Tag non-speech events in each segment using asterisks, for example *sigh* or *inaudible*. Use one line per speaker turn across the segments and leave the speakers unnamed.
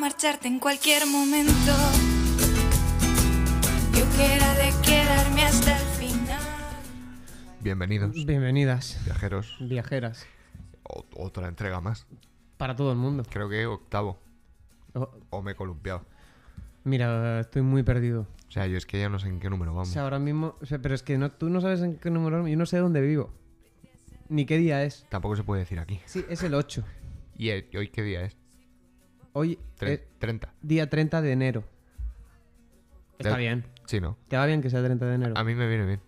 marcharte en cualquier momento. Yo quiera de quedarme hasta el final.
Bienvenidos,
Bienvenidas,
viajeros.
viajeras,
O- otra entrega más.
para todo el mundo.
Creo que octavo.
Oh,
O me he columpiado.
mira, estoy muy perdido.
O sea, yo es que ya no sé en qué número
O
vamos.
sea, ahora mismo, o sea, pero es que no, tú no sabes en qué número, yo no sé dónde vivo, ni qué día es.
Tampoco se puede decir aquí.
Sí, es el 8.
¿Y el- hoy qué día es?
Hoy
Tre-
es
30.
día 30 de enero. Está
Del-
bien.
Sí, ¿no?
Te va bien que sea 30 de enero.
A mí me viene bien.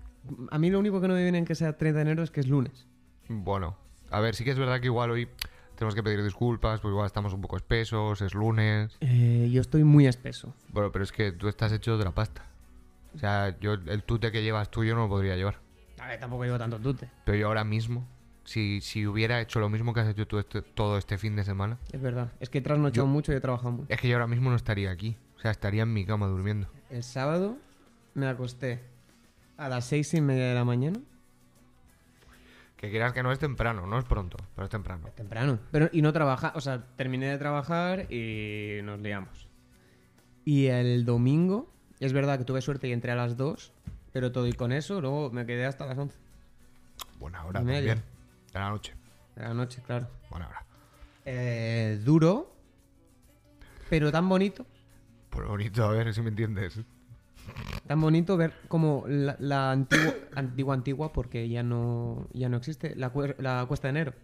A mí lo único que no me viene en que sea 30 de enero es que es lunes.
Bueno, a ver, sí que es verdad que igual hoy tenemos que pedir disculpas, pues igual estamos un poco espesos, es lunes.
Eh, yo estoy muy espeso.
Bueno, pero es que tú estás hecho de la pasta. O sea, yo el tute que llevas tú yo no lo podría llevar.
A ver, tampoco llevo tanto tute.
Pero yo ahora mismo, si, si hubiera hecho lo mismo que has hecho tú este- todo este fin de semana,
Es verdad. Es que he trasnochado mucho y he trabajado mucho.
es que yo ahora mismo no estaría aquí. O sea, estaría en mi cama durmiendo.
El sábado me acosté a las seis y media de la mañana.
Que quieras que no es temprano, no es pronto, pero es temprano.
Temprano. Pero, y no trabaja, o sea, terminé de trabajar y nos liamos. Y el domingo, es verdad que tuve suerte y entré a las 2, pero todo y con eso, luego me quedé hasta las 11
Buena hora
Y media.
también. De la noche.
de la noche, claro.
Buena hora.
Eh, duro, pero tan bonito,
Por Pues bonito, a ver si me entiendes. *laughs*
tan bonito ver como la, la antigua, antigua, antigua, porque ya no, ya no existe, la, cuer- la Cuesta de Enero.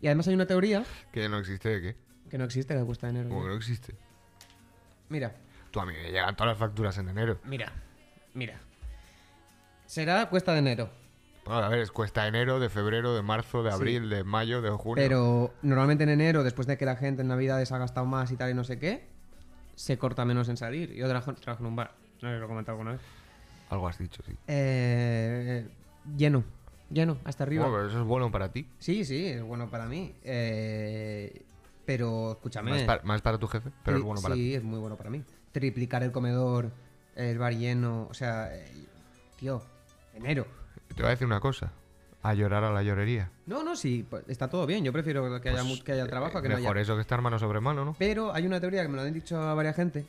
Y además hay una teoría
Que no existe de qué.
que no existe la Cuesta de Enero.
Como que no existe.
Mira,
Tú a mí me llegan todas las facturas en enero.
mira, mira. Será Cuesta de Enero.
Bueno, a ver, es cuesta enero, de febrero, de marzo, de abril, de mayo, de junio.
Pero normalmente en enero, después de que la gente en Navidades ha gastado más y tal y no sé qué, se corta menos en salir. Yo trabajo, trabajo en un bar, no os lo he comentado alguna vez.
Algo has dicho, sí.
Eh, lleno, lleno, hasta arriba.
Bueno, pero eso es bueno para ti.
Sí, sí, es bueno para mí. Eh, pero escúchame.
Más para, más para tu jefe, pero es
tri-
bueno para
Sí,
ti.
es muy bueno para mí. Triplicar el comedor, el bar lleno, o sea, eh, tío, enero.
Te voy a decir una cosa. A llorar a la llorería.
No, no, sí, pues, está todo bien. Yo prefiero que haya, mu- que haya trabajo a que no haya.
Pues, eh, Mejor eso que estar mano sobre mano, ¿no?
Pero hay una teoría que me lo han dicho a varias gente,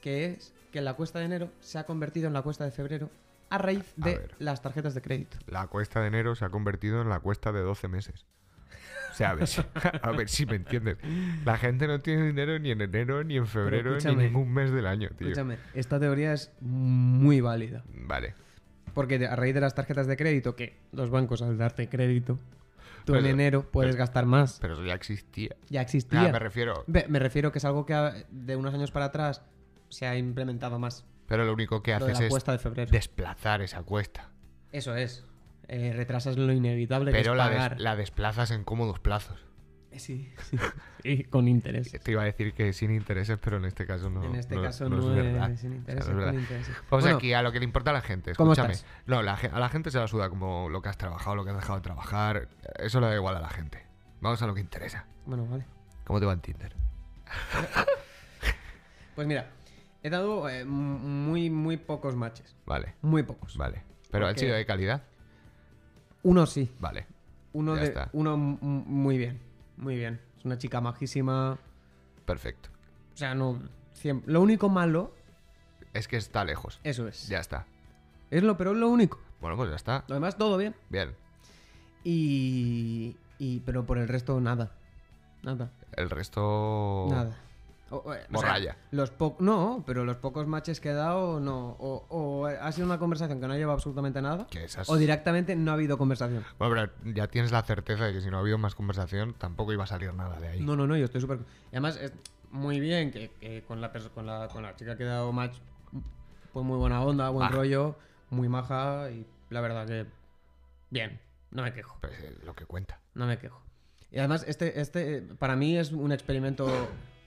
que es que la cuesta de enero se ha convertido en la cuesta de febrero a raíz
A
de
ver.
las tarjetas de crédito.
La cuesta de enero se ha convertido en la cuesta de 12 meses. O sea, a ver, *laughs* si, a ver si me entiendes. La gente no tiene dinero ni en enero, ni en febrero, ni en
escúchame.
ningún mes del año, tío.
Escúchame, esta teoría es muy válida.
Vale.
Porque de- a raíz de las tarjetas de crédito, que los bancos al darte crédito, tú en
Pero-
enero puedes gastar más.
Pero eso ya existía.
Ya
Nada,
existía.
me refiero.
Ve- me refiero que es algo que ha- de unos años para atrás se ha implementado más.
Pero lo único que
Lo de
haces
la
es
cuesta de febrero.
desplazar esa cuesta.
Eso es. Eh, retrasas lo inevitable
Pero
que es
la, des-
pagar. Eh,
la desplazas en cómodos plazos. *laughs*
Sí, sí. Sí, con interés.
Te iba a decir que sin intereses, pero en este caso Eh, no.
en este
no-
caso
no
no,
es verdad.
es sin
O sea,
intereses,
no es verdad.
con intereses.
Vamos
Bueno,
Pues aquí a lo que le importa a la gente.
¿Cómo
Escúchame.
estás?
No, la, ge- a la gente se la suda como lo que has trabajado, lo que has dejado de trabajar. Eso le da igual a la gente. Vamos a lo que interesa.
Bueno, vale.
¿Cómo te va en Tinder?
Pues mira, he dado eh, m- muy, muy pocos matches.
Vale,
Muy pocos.
vale. Pero han
Ok.
sido de calidad.
Uno sí.
Vale.
Uno,
Ya
de,
está.
uno m- m- muy bien. Muy bien. Es una chica majísima.
Perfecto.
O sea, no. cien- Lo único malo,
Es que está lejos.
eso es.
Ya está.
Es lo pero es lo único.
Bueno, pues ya está.
Lo demás, todo bien.
Bien.
Y. y- pero por el resto, nada. Nada.
El resto.
Nada. O- o- o sea,
Morralla.
los po- no, pero los pocos matches que he dado, no. O, o ha sido una conversación que no ha llevado absolutamente a nada.
Que esas-
O directamente no ha habido conversación.
Bueno, pero ya tienes la certeza de que si no ha habido más conversación, tampoco iba a salir nada de ahí.
No, no, no, yo estoy súper. Y además, es muy bien que, que con, la perso- con, la, con la chica que he dado match, pues muy buena onda, buen
Maja.
rollo, muy maja y la verdad que. Bien, no me quejo.
Pues, eh, lo que cuenta.
No me quejo. Y además, este, este eh, para mí es un experimento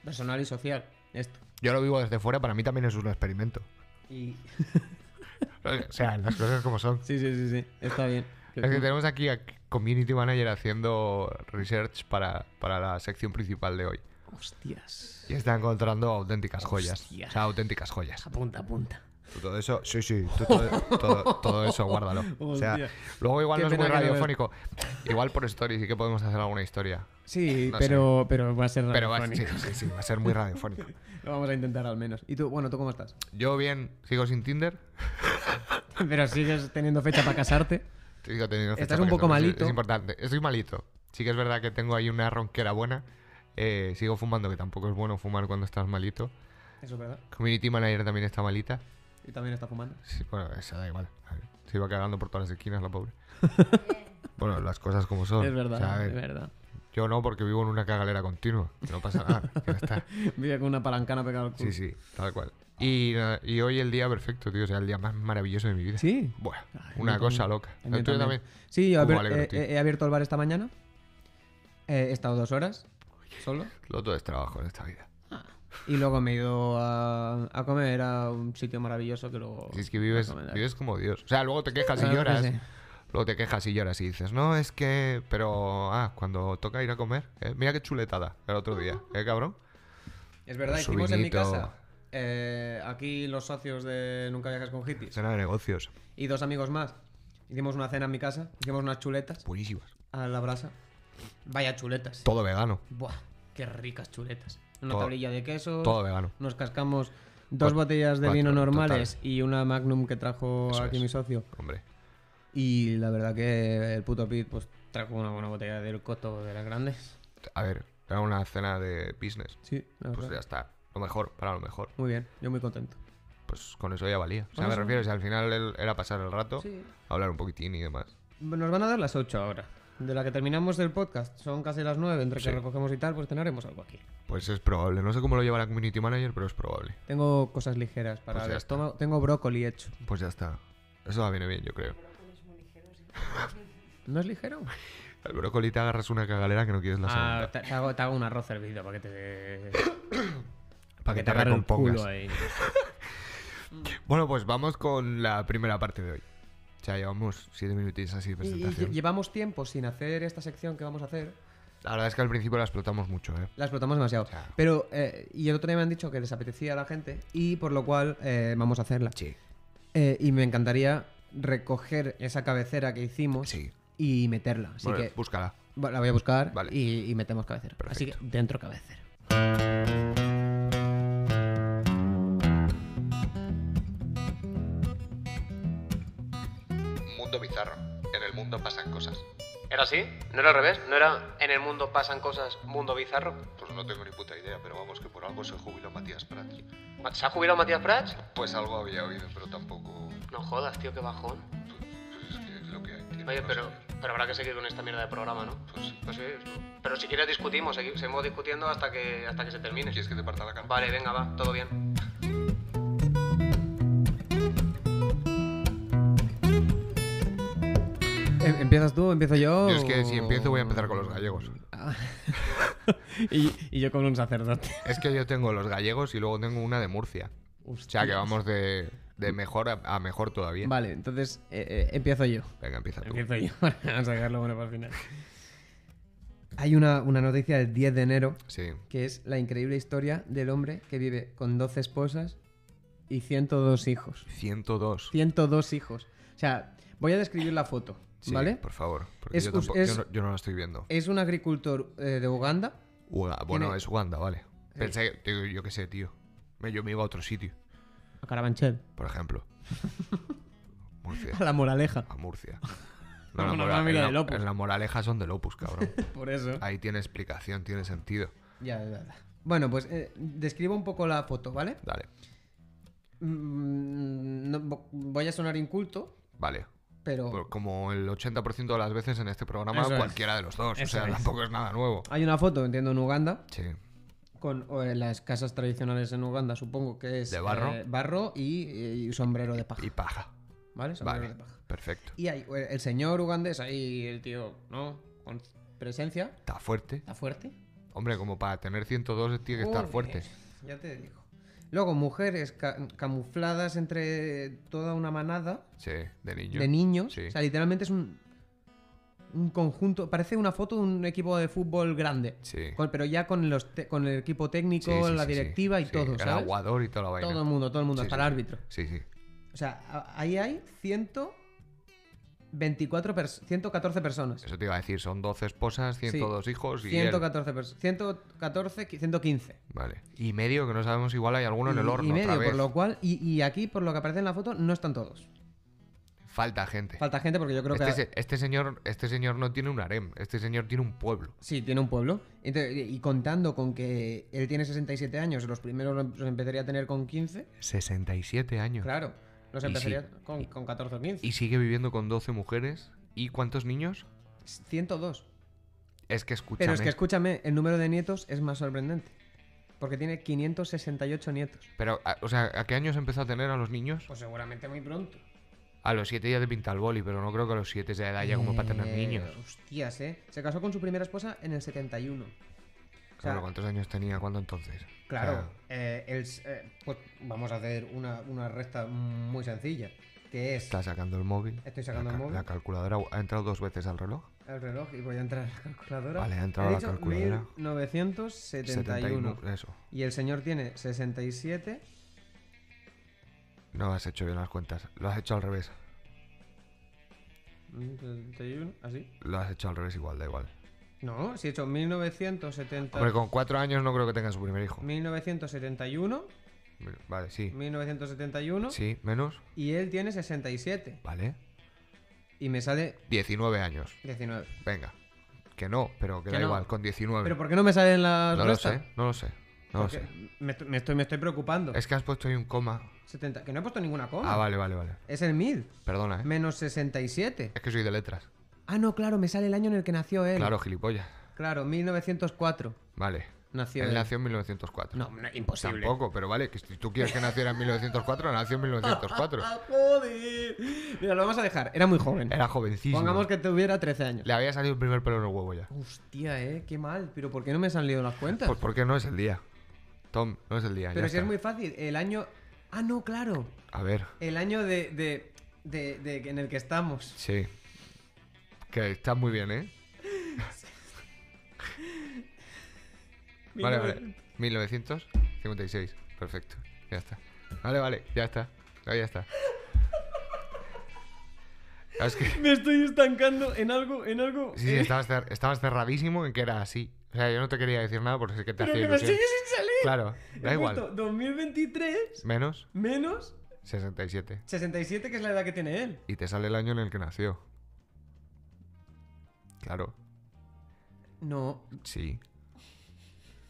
personal y social. Esto.
Yo lo vivo desde fuera, para mí también es un experimento. *laughs*
Y...
O sea, las cosas como son.
Sí, sí, sí, sí. Está bien.
Es que tenemos aquí a Community Manager haciendo research para, para la sección principal de hoy.
Hostias.
Y está encontrando auténticas joyas.
Hostia.
O sea, auténticas joyas.
Apunta, apunta.
Tú todo eso, sí, sí, tú todo, todo- todo eso guárdalo. O sea,
Hostia.
luego igual
Qué
no es muy
pena que no
radiofónico. Igual por stories sí que podemos hacer alguna historia.
Sí,
Eh, No
pero, pero va a ser
Pero va, sí,
radiofónico.
sí, sí, va a ser muy radiofónico.
Lo vamos a intentar al menos. ¿Y tú? Bueno, ¿tú cómo
*laughs*
estás?
Yo bien, sigo sin Tinder.
Pero sigues teniendo fecha para casarte.
Sigo teniendo fecha
Estás
para
un poco
casarme, sí,
malito.
Es importante. Estoy malito. Sí que es verdad que tengo ahí una ronquera buena. Eh, sigo fumando, que tampoco es bueno fumar cuando estás malito.
Eso es verdad.
Community Manager también está malita.
Y también está fumando.
Sí, bueno, esa da igual. A ver, Se iba cagando por todas las esquinas la
*laughs*
pobre. bueno, las cosas como son.
Es
O sea, a
verdad,
ver,
es verdad. *laughs*
Yo no, porque vivo en una cagalera continua. que No pasa nada. que ya
*laughs*
está.
Vive con una palancana pegada al culo.
Sí, sí, tal cual. Y, nada, y hoy el día perfecto, tío. O sea, el día más maravilloso de mi vida.
¿Sí?
Bueno,
Ay,
una
yo
cosa
también.
loca.
Ay,
¿La
yo
tuya
también.
también?
Sí, yo
Cómo
abier-
me alegro,
eh,
tío.
eh, he abierto el bar esta mañana. Eh, he estado dos horas solo.
Lo todo es trabajo en esta vida.
Y luego me he ido a, a comer a un sitio maravilloso que luego.
Si es que vives,
recomendar.
vives como Dios. O sea, luego te quejas y
Claro que
lloras.
sí.
Luego te quejas y lloras y dices, no, es que. Pero, ah, cuando toca ir a comer. ¿eh? Mira qué chuletada el otro día, ¿eh, cabrón?
Es verdad,
Su
hicimos en mi
vinito.
casa. eh, aquí los socios de Nunca Viajas con Hitis
Cena de negocios.
y dos amigos más. Hicimos una cena en mi casa, hicimos unas chuletas
Buenísimas.
a la brasa. Vaya chuletas.
Todo vegano.
Buah, qué ricas chuletas. Una
Todo-
tablilla de queso.
Todo vegano.
Nos cascamos dos
Cuat-
botellas de
cuatro,
vino normales y una Magnum que trajo
Eso
aquí
es.
mi socio.
Hombre.
Y la verdad que el puto Pete pues trajo una buena botella del coto de las grandes.
A ver, era una cena de business.
Sí, la
Pues
verdad.
ya está. Lo mejor, para lo mejor.
Muy bien, yo muy contento.
Pues con eso ya valía. O sea,
Con
me
eso.
refiero, si al final el- era pasar el rato,
Sí.
hablar un poquitín y demás.
Nos van a dar las 8 ahora. De la que terminamos el podcast, son casi las 9, entre
Sí.
que recogemos y tal, pues cenaremos algo aquí.
Pues es probable. No sé cómo lo lleva la community manager, pero es probable.
Tengo cosas ligeras para
Pues
el
ya está.
estómago. Tengo brócoli hecho.
Pues ya está. Eso va viene bien, yo creo.
¿No es ligero?
Al brócoli te agarras una cagalera que no quieres la
Ah,
segunda.
te, te hago, te hago un arroz hervido para que te.
Para que te
agarre el culo eh.
recompongas.
ahí.
Bueno, pues vamos con la primera parte de hoy. O sea, llevamos siete minutitos así de
Y- y
presentación.
llevamos tiempo sin hacer esta sección que vamos a hacer.
La verdad es que al principio la explotamos mucho, ¿eh?
La explotamos demasiado.
Claro.
Pero, eh, y el otro día me han dicho que les apetecía a la gente y por lo cual eh, vamos a hacerla.
Sí.
Eh, y me encantaría recoger esa cabecera que hicimos
Sí.
y meterla. Así
Bueno,
que
búscala.
bueno, la voy a buscar
Vale.
y, y metemos cabecera. Así que
Perfecto.
dentro cabecera.
Mundo bizarro. En el mundo pasan cosas.
¿Era así? ¿No era al revés? ¿No era en el mundo pasan cosas, mundo bizarro?
Pues no tengo ni puta idea, pero vamos, que por algo se jubiló Matías Prats.
¿Se ha jubilado Matías Prats?
Pues algo había oído, pero tampoco. pues,
No jodas, tío, qué bajón.
Es que es lo que hay, tío.
Oye,
No
pero,
sé.
pero habrá que seguir con esta mierda de programa, ¿no?
Pues sí.
Pues sí. Pero si quieres discutimos, segui- seguimos discutiendo hasta que, hasta que se termine.
¿Quieres que te parta la cara?
Vale, venga, va, todo bien. Em, ¿Empiezas tú? ¿Empiezo yo?
Yo es que si empiezo voy a empezar con los gallegos.
y, y yo con un sacerdote.
Es que yo tengo los gallegos y luego tengo una de Murcia. O sea que vamos de, de mejor a, a mejor todavía.
Vale, entonces eh, eh, empiezo yo.
Venga, empieza tú.
Empiezo yo. *laughs* Vamos a dejarlo bueno para el final. Hay una, una noticia del 10 de enero
Sí.
que es la increíble historia del hombre que vive con 12 esposas y 102 hijos.
102.
102 hijos. O sea, voy a describir la foto,
Sí,
¿vale?
Por favor. Porque
Es
yo,
us-
tampoco-
es-
yo no, yo no lo estoy viendo.
Es un agricultor eh, de Uganda.
Uga- bueno,
tiene-
es Uganda, vale. Pensé que, tío, yo qué sé, tío. Me- Yo me iba a otro sitio,
A Carabanchel.
por
*laughs*
ejemplo. Murcia.
A la moraleja.
A
*laughs*
Murcia.
Una
la
familia
en la-
del Opus.
en la moraleja son del Opus,
*laughs*
cabrón.
Por eso.
Ahí tiene explicación, tiene sentido.
Ah, Ya, ya, ya. Bueno, pues eh, describo un poco la foto, ¿vale?
Dale.
Mm, no- vo- voy a sonar inculto,
Vale.
pero...
Por- Como el 80% de las veces en este programa,
Eso es.
cualquiera de los dos.
Eso
o sea,
es.
tampoco es nada nuevo.
Hay una foto, entiendo, en Uganda,
Sí.
con o, eh, las casas tradicionales en Uganda, supongo que es...
De barro.
eh, barro y, y sombrero de paja.
Y paja.
¿Vale? Sombrero
Vale.
de paja.
Perfecto.
Y hay eh, el señor ugandés ahí, el tío, ¿no? Con presencia,
Está fuerte.
está fuerte.
Hombre, como para tener 102 tiene que estar
Joder,
fuerte.
Ya te digo. Luego, mujeres ca- camufladas entre toda una manada
Sí, de niño.
de niños.
Sí.
O sea, literalmente es un, un conjunto. Parece una foto de un equipo de fútbol grande.
Sí.
Con- pero ya con, los te- con el equipo técnico,
Sí, sí,
la
sí, sí.
directiva y
Sí,
todo,
El
¿sabes?
aguador y toda la vaina.
Todo el mundo, todo el mundo,
Sí,
hasta
sí.
el árbitro.
Sí, sí.
O sea, a- ahí hay 124 pers- 114 personas.
Eso te iba a decir, son 12 esposas, 102 hijos y... él.
114 personas. 114, qui- 115.
Vale. Y medio, que no sabemos, igual hay alguno en el
Y-
horno
y medio,
otra vez.
por lo cual. Y, y aquí, por lo que aparece en la foto, no están todos.
Falta gente.
Falta gente porque yo creo
este,
que.
se- este señor, este señor no tiene un harem, este señor tiene un pueblo.
Sí, tiene un pueblo. Ente- y contando con que él tiene 67 años, los primeros los empezaría a tener con 15.
67 años.
Claro, los
Y
empezaría
sí.
con, con 14 o 15.
Y sigue viviendo con 12 mujeres. ¿Y cuántos niños?
102.
Es que escúchame.
Pero es que escúchame, el número de nietos es más sorprendente. Porque tiene 568 nietos.
Pero, a- o sea, ¿a qué años empezó a tener a los niños?
Pues seguramente muy pronto.
A los 7 ya te pinta el boli, pero no creo que a los 7 sea edad Ah, ya como para tener
Eh,
niños.
Hostias, ¿eh? Se casó con su primera esposa en el 71. O sea,
Claro, ¿cuántos años tenía? ¿Cuándo entonces?
claro,
O sea,
eh, el s- eh, pues vamos a hacer una, una recta muy sencilla. Que es
está sacando el móvil.
Estoy sacando
La
el
ca-
móvil.
La calculadora ha entrado dos veces al reloj.
el reloj y voy a entrar a la calculadora.
Vale, ha entrado
He
la
dicho
calculadora.
1971.
71, Eso.
Y el señor tiene 67.
No has hecho bien las cuentas. Lo has hecho al revés.
mm, 71, así.
Lo has hecho al revés igual, da igual.
No, si he hecho 1970.
Hombre, con 4 años no creo que tenga su primer hijo.
1971,
Vale, sí.
1971
Sí, menos.
y él tiene 67
Vale.
y me sale
19 años.
19.
Venga. Que no, pero que,
Que
da
no.
igual, con 19.
¿Pero por qué no me sale en la
no lo
resta?
sé, no lo sé. No lo
Porque
sé.
Me, estoy- me estoy, me estoy preocupando.
Es que has puesto ahí un coma.
70, que no he puesto ninguna coma.
Ah, vale, vale, vale.
Es el 1000
Perdona, ¿eh?
menos 67.
Es que soy de letras.
Ah, no, claro, me sale el año en el que nació él.
Claro, gilipollas.
Claro, 1904
Vale.
nació
Él
él.
nació en 1904.
No, no, imposible.
Tampoco, pero vale, que si tú quieres que naciera en 1904, nació en
*laughs*
1904.
Ah, joder. Mira, lo vamos a dejar. Era muy joven.
Era jovencísimo.
Pongamos que tuviera 13 años.
Le había salido el primer pelo en el huevo ya.
Hostia, eh, qué mal. Pero ¿por qué no me han salido las cuentas?
Pues porque no es el día. Tom, no es el día.
Pero
Ah, ya
si es
está.
muy fácil, el año. Ah, no, claro.
A ver,
El año de. de, de, de- en el que estamos.
sí. Que está muy bien, ¿eh? Vale, vale. 1956. Perfecto. Ya está. Vale, vale. Ya está. No, ya está. Ah, Es
*laughs*
que...
Me estoy estancando en algo, en algo. eh,
Sí, sí, estabas, cer- estabas cerradísimo en que era así. O sea, yo no te quería decir nada porque sé que te
pero
hacía
que me sigue
ilusión.
sin salir.
Claro, da
He
igual. Mm.
puesto 2023
Menos
menos
67.
67, que es la edad que tiene él.
Y te sale el año en el que nació. Claro,
No.
sí.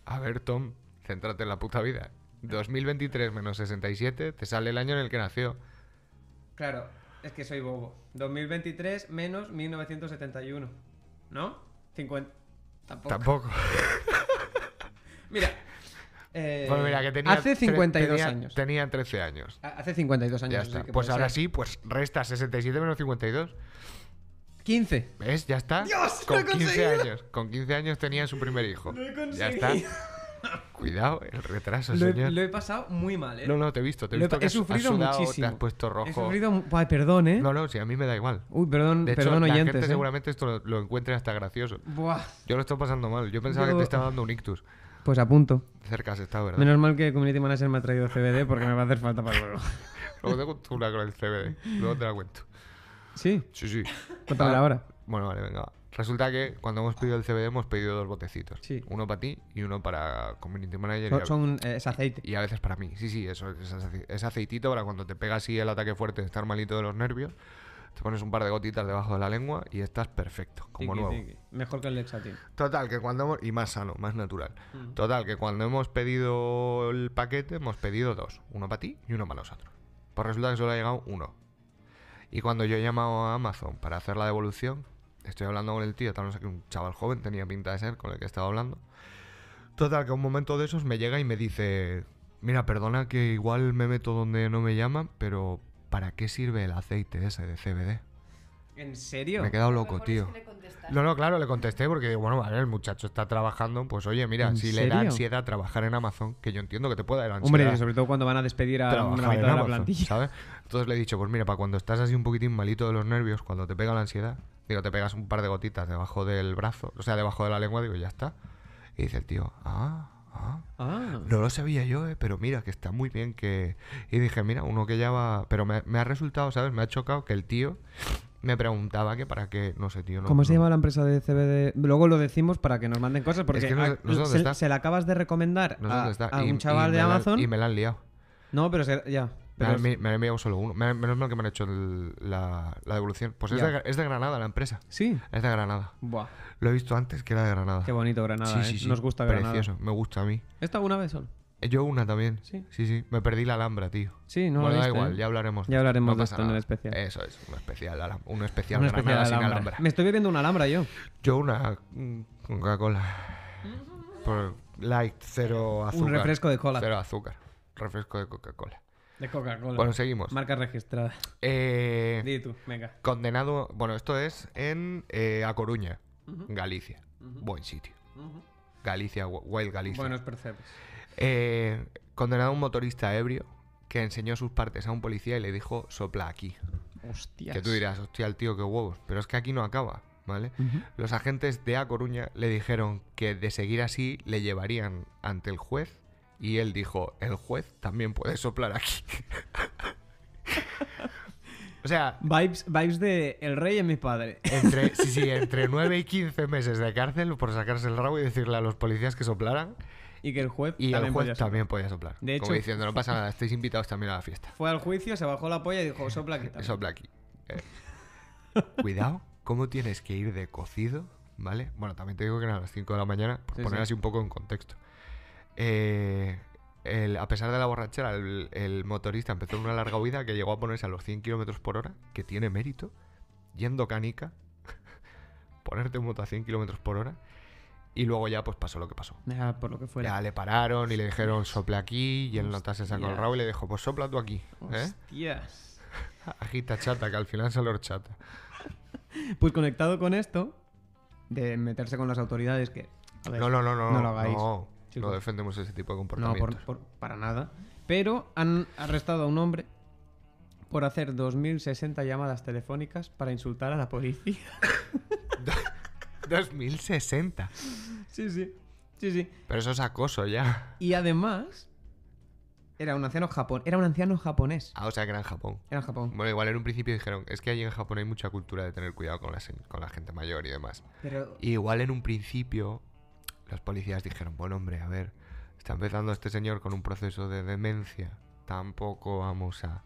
A ver, Tom, céntrate en la puta vida. 2023 menos 67 te sale el año en el que nació.
Claro, es que soy bobo. 2023 menos 1971. ¿No? 50. Tampoco.
Tampoco.
Mira. eh,
*laughs* Pues mira, que tenía
hace
tre-
52
tenía-
años.
Tenía 13 años.
Ha- Hace 52 años.
Ya
así
está.
que
Pues
puede
ahora
ser.
sí, pues resta 67 menos 52.
15.
¿Ves? Ya está.
¡Dios!
Con
¡Lo he
15
conseguido!
años. Con 15 años tenía su primer hijo.
*laughs* Lo he
ya
conseguido.
está.
*laughs*
Cuidado, el retraso,
Lo he,
señor.
lo he pasado muy mal, ¿eh?
No, no, te he visto. Te he
Lo he
visto
pa-
que
he
has- has
sufrido
sudado,
muchísimo.
Te has puesto rojo.
He sufrido. mu- Ay, perdón, ¿eh?
No, no, sí, a mí me da igual.
Uy, perdón,
De hecho,
perdón,
la
oyentes.
gente
¿eh?
seguramente esto lo, lo encuentra hasta gracioso.
Buah,
Yo lo estoy pasando mal. Yo pensaba que
Yo-
te estaba dando un ictus.
pues a punto.
Cerca se está, ¿verdad?
Menos mal que Community Manager me ha traído CBD porque me va a hacer falta para
*laughs*
luego.
Luego te cuento una con el CBD. Luego te la cuento.
Sí,
Sí, sí.
cuéntame
Ah,
ahora.
Bueno, vale, venga. va. Resulta que cuando hemos pedido el CBD hemos pedido dos botecitos.
Sí.
Uno para ti y uno para Community Manager. y
Son,
a-
son, eh, es aceite.
Y a veces para mí. Sí, sí, eso es, ace- es aceitito para cuando te pega así el ataque fuerte de estar malito de los nervios. Te pones un par de gotitas debajo de la lengua y estás perfecto, como
Tiki,
nuevo.
tiki. Mejor que el Lexatin.
Total, que cuando hemos... Y más sano, más natural. Total, que cuando hemos pedido el paquete, hemos pedido dos. Uno para ti y uno para nosotros. Pues resulta que solo ha llegado uno. Y cuando yo he llamado a Amazon para hacer la devolución, estoy hablando con el tío, tal, no sé qué, un chaval joven tenía pinta de ser con el que estaba hablando. Total, que un momento de esos me llega y me dice, mira, perdona que igual me meto donde no me llaman, pero ¿para qué sirve el aceite ese de CBD?
¿En serio?
Me he quedado loco, tío.
le contestas.
No, no, claro, le contesté porque digo, bueno, vale, el muchacho está trabajando, pues oye, mira,
¿En
si le da
serio?
ansiedad trabajar en Amazon, que yo entiendo que te pueda dar ansiedad.
Hombre, sobre todo cuando van a despedir a la
trabajar
mitad de
en
la
Amazon,
plantilla.
¿sabes? Entonces le he dicho, pues mira, para cuando estás así un poquitín malito de los nervios, cuando te pega la ansiedad, digo, te pegas un par de gotitas debajo del brazo, o sea, debajo de la lengua, digo, ya está. Y dice el tío, ah, Ah,
Ah,
No lo sabía yo, eh, pero mira, que está muy bien que... Y dije, mira, uno que ya va... Pero me, me ha resultado, ¿sabes? Me ha chocado que el tío me preguntaba que para qué... No sé, tío. No,
¿Cómo se
no-
llama la empresa de CBD? Luego lo decimos para que nos manden cosas, porque
Es que no sé-
a-
no sé dónde
se,
está.
se la acabas de recomendar
No sé
a,
dónde está.
a
Y-
un
y
Ah, chaval de
me la-
Amazon.
y me Ah, la han liado.
No, pero se- ya.
Me
Pero
han-
es-
me, me han enviado solo uno. Me- menos mal que me han hecho el- la, la devolución. Pues es
Ya.
de, es de Granada la empresa.
Sí.
Es de Granada.
Buah,
Lo he visto antes que era de Granada.
qué bonito Granada,
sí,
¿eh?
sí, sí.
Nos gusta Granada.
Precioso. Me gusta a mí.
¿Esta una vez solo?
Eh, Yo una también.
Sí.
Sí, sí. Me perdí la Alhambra, tío.
Sí, no lo
bueno, da
viste,
igual,
¿eh?
ya hablaremos.
Ya hablaremos
No
de
pasa
esto en el
nada.
especial.
Eso es, un especial, ala- un especial
Una especie de
Granada sin
Alhambra.
Alhambra.
Me estoy bebiendo una alhambra yo.
Yo una mm, Coca-Cola. Por light, cero azúcar.
refresco de cola.
Cero azúcar. Refresco de Coca-Cola.
De Coca-Cola.
Bueno, seguimos.
Marca registrada.
Eh,
Di tú, venga.
condenado. Bueno, esto es en eh, A Coruña, Galicia. Buen sitio. Galicia, Gu- Wild Galicia.
Buenos percebes.
Eh, condenado a un motorista ebrio que enseñó sus partes a un policía y le dijo sopla aquí.
Hostias.
Que tú dirás, hostia, el tío, qué huevos. Pero es que aquí no acaba, ¿vale?
Mm.
Los agentes de A Coruña le dijeron que de seguir así le llevarían ante el juez y él dijo, el juez también puede soplar aquí. *laughs* o sea,
Vibes, vibes de El Rey es mi padre. *laughs*
entre, sí, sí, entre 9 y 15 meses de cárcel por sacarse el rabo y decirle a los policías que soplaran
Y que el juez
y
también
el juez
podía ser.
también podía soplar.
De
como
hecho-
diciendo, no pasa nada, estáis invitados también a la fiesta.
Fue al juicio, se bajó la polla y dijo, sopla aquí. también".
Sopla aquí. Eh,
*laughs*
Cuidado, cómo tienes que ir de cocido, ¿vale? Bueno, también te digo que era a las 5 de la mañana, por
Sí,
poner
sí.
así un poco en contexto. Eh, el- a pesar de la borrachera, el, el motorista empezó una larga huida que llegó a ponerse a los 100 kilómetros por hora, que tiene mérito, yendo canica, *laughs* ponerte un moto a 100 kilómetros por hora, y luego ya pues pasó lo que pasó.
Ah, por lo que fuera.
Ya le pararon y le dijeron sopla aquí y el nota se sacó el
Hostias.
rabo y le dijo, pues sopla tú aquí. ¿eh?
Hostias.
Agita chata, que al final sale horchata.
Pues conectado con esto, de meterse con las autoridades que... a ver,
No, no, no, no.
Pues no lo hagáis.
No,
chicos.
no defendemos ese tipo de
No,
comportamientos. *laughs*
por, por- para nada. Pero han arrestado a un hombre por hacer 2.060 llamadas telefónicas para insultar a la policía. *laughs*
2060.
sí, sí. Sí, sí.
Pero eso es acoso ya.
Y además, era un anciano japón. Era un anciano japonés.
Ah, o sea que era en Japón.
Era en Japón.
Bueno, igual en un principio dijeron, es que allí en Japón hay mucha cultura de tener cuidado con la, sen- con la gente mayor y demás.
Pero...
Y igual en un principio los policías dijeron, bueno hombre, a ver, está empezando este señor con un proceso de demencia. Tampoco vamos a...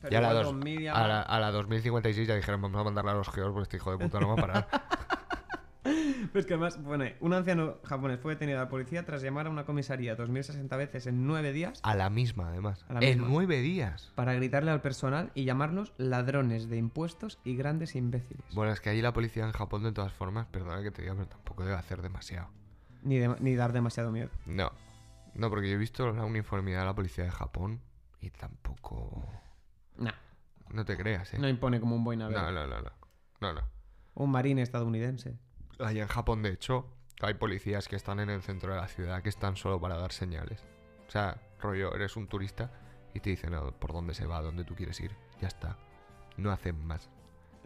pero
Y a la,
igual
dos-
2.000
a,
llamadas-
la, a la 2056 ya dijeron, vamos a mandarle a los geos porque este hijo de puta no va a parar.
*laughs* Es que además, bueno, un anciano japonés fue detenido a la policía tras llamar a una comisaría 2060 veces en 9 días
A la misma, además.
A la
en
misma.
nueve días.
para gritarle al personal y llamarnos ladrones de impuestos y grandes imbéciles.
Bueno, es que ahí la policía en Japón, de todas formas, perdona que te diga, pero tampoco debe hacer demasiado.
Ni, de- ni dar demasiado miedo.
No. No, porque yo he visto la uniformidad de la policía de Japón y tampoco.
Nah,
No te creas, ¿eh?
no impone como un
no,
boinabel.
no, no, no. No, no.
Un marine estadounidense.
Ahí en Japón, de hecho, hay policías que están en el centro de la ciudad que están solo para dar señales. O sea, rollo, eres un turista y te dicen "Ah, por dónde se va, dónde tú quieres ir. Ya está. No hacen más.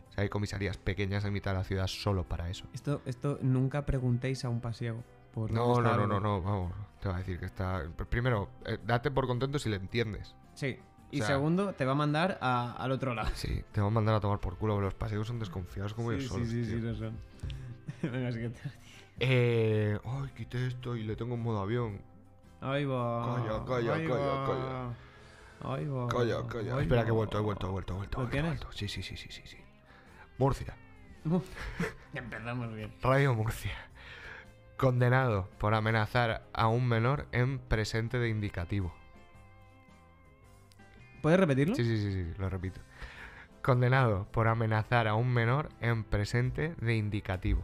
O sea, hay comisarías pequeñas en mitad de la ciudad solo para eso.
Esto, esto nunca preguntéis a un pasiego. Por
No,
dónde está
no, no, no,
algo.
no, vamos. Te va a decir que está. pr- Primero, eh, date por contento si le entiendes.
Sí. Y
O sea-
segundo, te va a mandar a- al otro lado.
Sí, te van a mandar a tomar por culo, pero los paseos son desconfiados como
sí,
ellos
sí,
solos.
sí, sí,
tío.
lo son. *laughs* Venga, sí que te...
Eh. Ay, quité esto y le tengo en modo avión.
Ahí va.
Calla, calla,
ahí
calla,
va.
calla.
Ahí va.
Calla, calla.
ahí
Espera,
va.
que he vuelto, he vuelto, he vuelto, he vuelto. he vuelto,
¿Lo
he
tienes?
vuelto. Sí, sí, sí, sí, sí, sí. Murcia.
*laughs* Empezamos bien.
Radio Murcia. *laughs* Condenado por amenazar a un menor en presente de indicativo.
¿Puedes repetirlo?
Sí, sí, sí, sí, lo repito. Condenado por amenazar a un menor en presente de indicativo.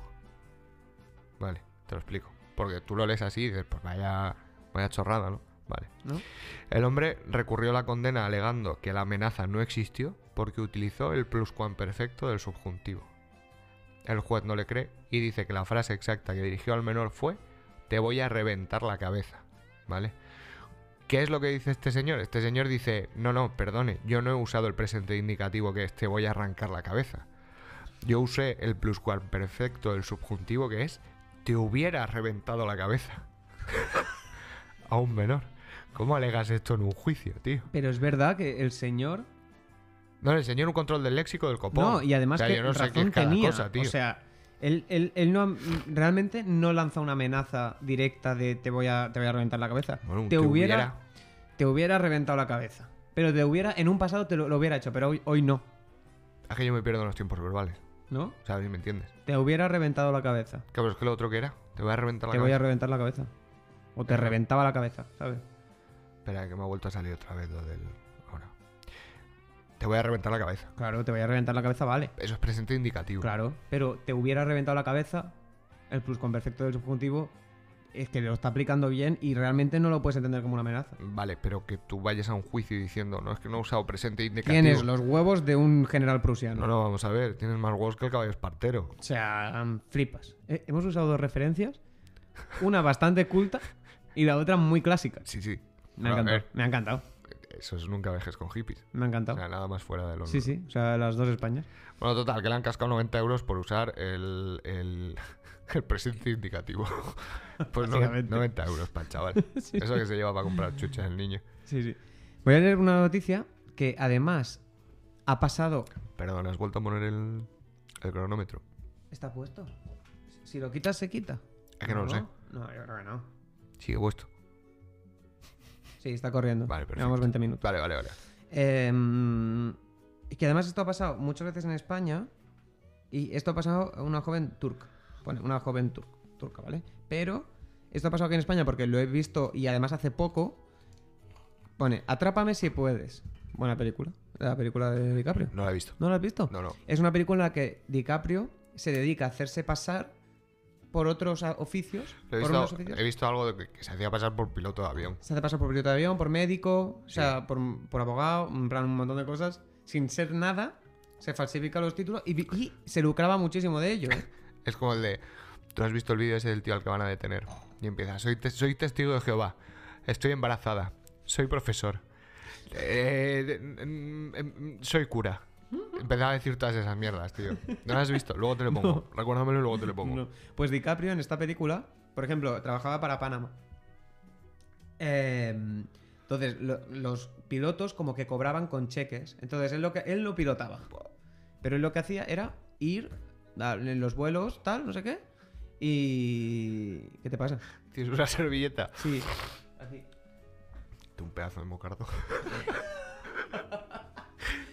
Vale, te lo explico. Porque tú lo lees así y dices, pues vaya, vaya chorrada, ¿no? Vale.
¿No?
El hombre recurrió la condena alegando que la amenaza no existió porque utilizó el pluscuamperfecto del subjuntivo. El juez no le cree y dice que la frase exacta que dirigió al menor fue te voy a reventar la cabeza, ¿vale? ¿Qué es lo que dice este señor? Este señor dice, no, no, perdone, yo no he usado el presente indicativo que es te voy a arrancar la cabeza. Yo usé el pluscuamperfecto del subjuntivo que es te hubiera reventado la cabeza. *laughs* a un menor. ¿Cómo alegas esto en un juicio, tío?
Pero es verdad que el señor.
No, le enseñó un control del léxico del copón.
No, y además
O sea,
que
yo no sé qué
razón
es cada
tenía.
cosa, tío.
O sea, él, él- él no am- realmente no lanza una amenaza directa de te voy a, te voy a reventar la cabeza.
Bueno, un
te,
te
hubiera,
hubiera.
Te hubiera reventado la cabeza. Pero te hubiera, en un pasado te lo, lo hubiera hecho, pero hoy, hoy no.
Es que yo me pierdo en los tiempos verbales.
¿No?
¿Sabes? ¿Me entiendes?
Te hubiera reventado la cabeza.
Claro, pero es que lo otro que era. Te voy a reventar la
Te voy a
cabeza.
reventar la cabeza. O te reventaba la cabeza, ¿sabes?
Espera, que me ha vuelto a salir otra vez lo del. Ahora. Te voy a reventar la cabeza.
Claro, te voy a reventar la cabeza, vale.
Eso es presente indicativo.
Claro, pero te hubiera reventado la cabeza, el plusconperfecto del subjuntivo es que lo está aplicando bien y realmente no lo puedes entender como una amenaza.
Vale, pero que tú vayas a un juicio diciendo, no, es que no he usado presente indicativo.
Tienes los huevos de un general prusiano.
No, no, vamos a ver. Tienes más huevos que el caballo espartero.
O sea, mm, flipas. Eh, hemos usado dos referencias, una bastante culta y la otra muy clásica.
Sí, sí.
Me
Pero,
ha
a
encantado, me ha encantado,
ver, Eso es nunca vejes con hippies.
me ha
O
encantado.
sea, nada más fuera de lo
Sí, sí, o sea, las dos Españas. *laughs*
Bueno, total, que le han cascado 90 euros por usar el, el, *laughs* el presente indicativo. *laughs* Pues no-
Básicamente.
90 euros para el chaval. Eso que se lleva para comprar chuches el niño.
Sí, sí. Voy a leer una noticia que además ha pasado...
Perdón, has vuelto a poner el, el cronómetro.
¿Está puesto? Si lo quitas, se quita.
Es que no, lo sé.
No, yo creo que no.
Sigue puesto.
Sí, está corriendo.
Vale, perfecto.
Llevamos 20 minutos.
Vale, vale, vale.
Eh, y que además esto ha pasado muchas veces en España. Y esto ha pasado a una joven turca. Bueno, una joven tur- turca, ¿vale? Pero esto ha pasado aquí en España porque lo he visto y además hace poco. Pone, Atrápame si puedes. Buena película. La película de DiCaprio.
No lo he visto.
¿No la has visto?
No, no.
Es una película en la que DiCaprio se dedica a hacerse pasar por otros a- oficios.
Lo he,
por unos
visto
oficios.
he visto algo de que, que se hacía pasar por piloto de avión.
Se hace pasar por piloto de avión, por médico, o sea, por, por abogado, en plan, un montón de cosas. Sin ser nada, se falsifica los títulos y, vi- y se lucraba muchísimo de ello. ¿eh?
Es como el de. Tú has visto el vídeo ese del tío al que van a detener. Y empieza. Soy, tes- soy testigo de Jehová. Estoy embarazada. Soy profesor. Eh, de- mm, mm, soy cura. Empezaba a decir todas esas mierdas, tío. No las has visto. Luego te lo pongo. Recuérdamelo y luego te lo pongo.
No. Pues DiCaprio en esta película, por ejemplo, trabajaba para Panamá. Eh, entonces, lo- los pilotos como que cobraban con cheques. Entonces, él lo, que, él lo pilotaba. Pero él lo que hacía era ir a- en los vuelos, tal, no sé qué. Y... ¿Qué te pasa?
Tienes una servilleta.
Sí. Así.
Tú Un pedazo de mocardo.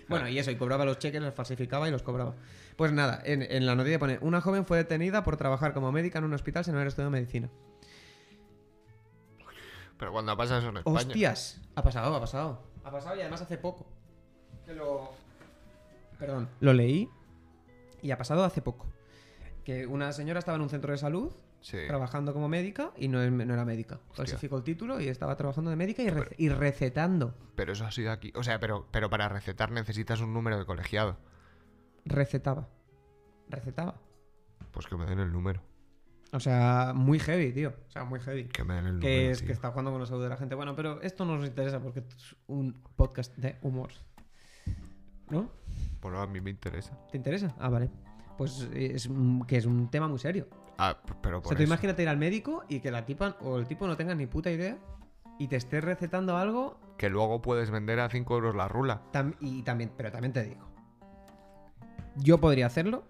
Bueno, y eso, y cobraba los cheques, los falsificaba y los cobraba. Pues nada, en, en la noticia pone, una joven fue detenida por trabajar como médica en un hospital sin haber estudiado medicina.
Pero cuando pasa eso en España.
¡Hostias! Ha pasado, ha pasado. Ha pasado y además hace poco. Que lo... Perdón. Lo leí y ha pasado hace poco. Que una señora estaba en un centro de salud
Sí.
trabajando como médica y no, es- no era médica. Falsificó el título y estaba trabajando de médica y, rece- y recetando.
Pero eso ha sido aquí. O sea, pero, pero para recetar necesitas un número de colegiado.
Recetaba. Recetaba.
Pues que me den el número.
O sea, muy heavy, tío. O sea, muy heavy.
Que me den el número.
que es que
tío.
está jugando con la salud de la gente. Bueno, pero esto no nos interesa porque esto es un podcast de humor. ¿No?
Bueno, a mí me interesa.
¿Te interesa? Ah, vale. Pues eh, es un- que es un tema muy serio.
Ah, p- pero
O
por
sea, tú
eso.
imagínate ir al médico y que la tipa o el tipo no tenga ni puta idea y te esté recetando algo
que luego puedes vender a 5 euros la rula.
tam- y también, pero también te digo. Yo podría hacerlo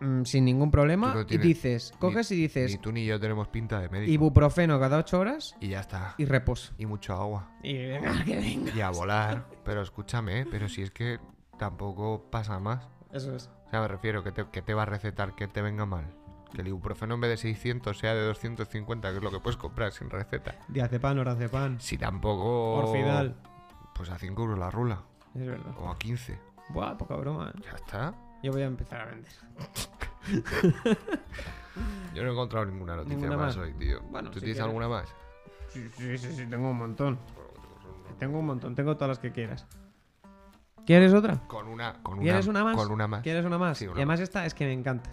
mm, sin ningún problema
Tú no
y
tienes
dices, coges y
Ni
dices
tú ni yo tenemos pinta de médico.
ibuprofeno cada 8 horas
Y, ya está.
y reposo.
Y mucho agua.
Y
*laughs*
venga, que venga.
Y a volar. Pero escúchame, ¿eh? pero si es que tampoco pasa más.
Eso es.
O sea, me refiero que te, que te va a recetar que te venga mal. Que el ibuprofeno en vez de 600 sea de 250, que es lo que puedes comprar sin receta.
Diazepam, lorazepam.
Si tampoco...
Oh. Orfidal.
Pues a 5 euros la rula.
Es verdad.
O a 15.
Buah, poca broma, ¿eh?
Ya está.
Yo voy a empezar a vender.
Yo no he encontrado ninguna noticia
Ninguna
más,
más.
hoy, tío.
Bueno,
¿Tú
si
tienes
quieres.
alguna más?
Sí, sí, sí, sí, tengo un montón. Tengo un montón, tengo todas las que quieras. ¿Quieres otra?
Con una, con
¿Quieres una más?
Con una más.
¿Quieres una más?
Sí, una
y además esta es que me encanta.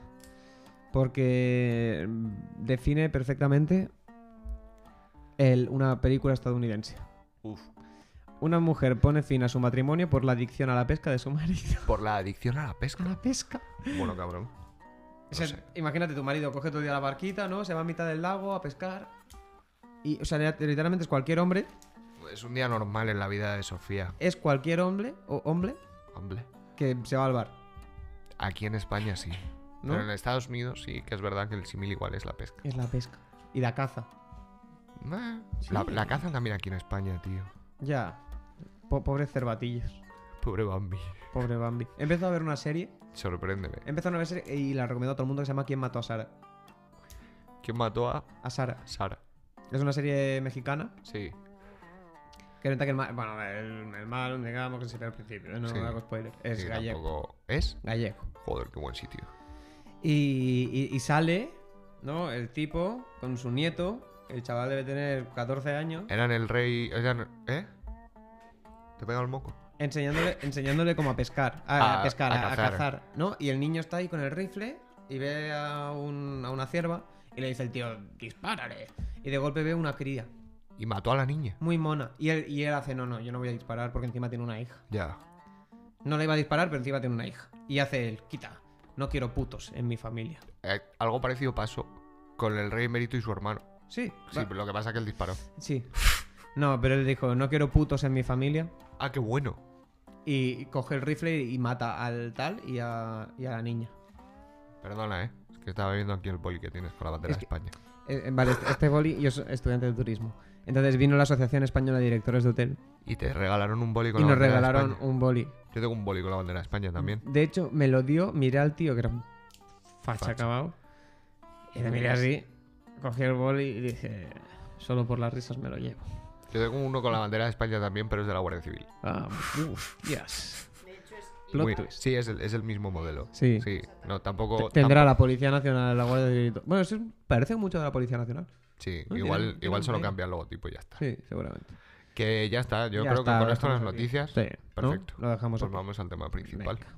Porque mm, define perfectamente el- una película estadounidense.
Uf.
Una mujer pone fin a su matrimonio por la adicción a la pesca de su *laughs* marido.
Por la adicción a la
¿A
pesca.
la pesca?
Bueno, cabrón.
O sea,
sé.
Imagínate, tu marido coge todo el día la barquita, ¿no? Se va a mitad del lago a pescar. Y, o sea, literalmente es cualquier hombre.
Es un día normal en la vida de Sofía.
Es cualquier hombre o hombre
Hombre.
que se va al bar.
Aquí en España sí.
¿No?
Pero en Estados Unidos sí que es verdad que el símil igual es la pesca.
Es la pesca. Y la caza.
Ah, La, la cazan también aquí en España, tío.
Ya. Po- pobres cervatillos.
Pobre Bambi.
Pobre Bambi. He empezado a ver una serie.
Sorpréndeme.
He empezado a ver una serie y la recomiendo a todo el mundo que se llama ¿Quién mató a Sara?
¿Quién mató a
A Sara.
Sara?
Es una serie mexicana.
Sí.
Que renta que el mal. Bueno, el, el mal, digamos que se ve al principio. ¿eh? No
Sí.
hago spoiler. Es
sí,
gallego.
tampoco- ¿Es?
Gallego.
Joder, qué buen sitio.
Y, y- y sale, ¿no? El tipo con su nieto. El chaval debe tener 14 años.
Eran el rey. Eran, ¿Eh? ¿Te he pegado el moco?
Enseñándole, enseñándole cómo a pescar. A,
A-
a pescar,
a
a, a
cazar.
cazar. ¿no? Y el niño está ahí con el rifle y ve a, un- a una cierva y le dice el tío, dispárale. Y de golpe ve una cría,
Y mató a la niña.
muy mona. Y él, y él hace, no, no, yo no voy a disparar porque encima tiene una hija.
Ya.
No le iba a disparar, pero encima tiene una hija. Y hace él, quita, no quiero putos en mi familia.
Eh, algo parecido pasó con el rey emérito y su hermano.
Sí,
Sí,
va-
pero lo que pasa es que él disparó.
sí. No, pero él dijo, no quiero putos en mi familia.
Ah, qué bueno.
Y coge el rifle y mata al tal y a, y a la niña.
Perdona, ¿eh? Es que estaba viendo aquí el boli que tienes con la bandera
Es
de España.
Eh, eh, Vale, este- este boli, yo soy estudiante de turismo. Entonces vino la Asociación Española de Directores de Hotel
Y te regalaron un boli con
y
la
nos
bandera de
regalaron
España.
un boli.
Yo tengo un boli con la bandera de España también.
De hecho, me lo dio, miré al tío que era un facha acabado. Y le miré así, cogí el boli y dije, solo por las risas me lo llevo.
Yo tengo uno con la bandera de España también, pero es de la Guardia Civil.
Ah, hostias. Plot
Muy-
twist.
Sí, es el, es el mismo modelo.
Sí.
Sí, no, tampoco.
Tendrá
tampo-
la Policía Nacional, la Guardia de Directo- Bueno, eso es- parece mucho de la Ah, Policía Nacional.
Sí,
No,
igual,
tiene- tiene
igual
un
solo
aire.
cambia el logotipo y ya está.
Sí, seguramente.
Que ya está, yo
Ya
creo
está,
que
lo
con esto las
dejamos aquí.
noticias.
Sí, ¿no?
perfecto.
Lo dejamos
Pues
aquí.
vamos al tema principal.
Venga.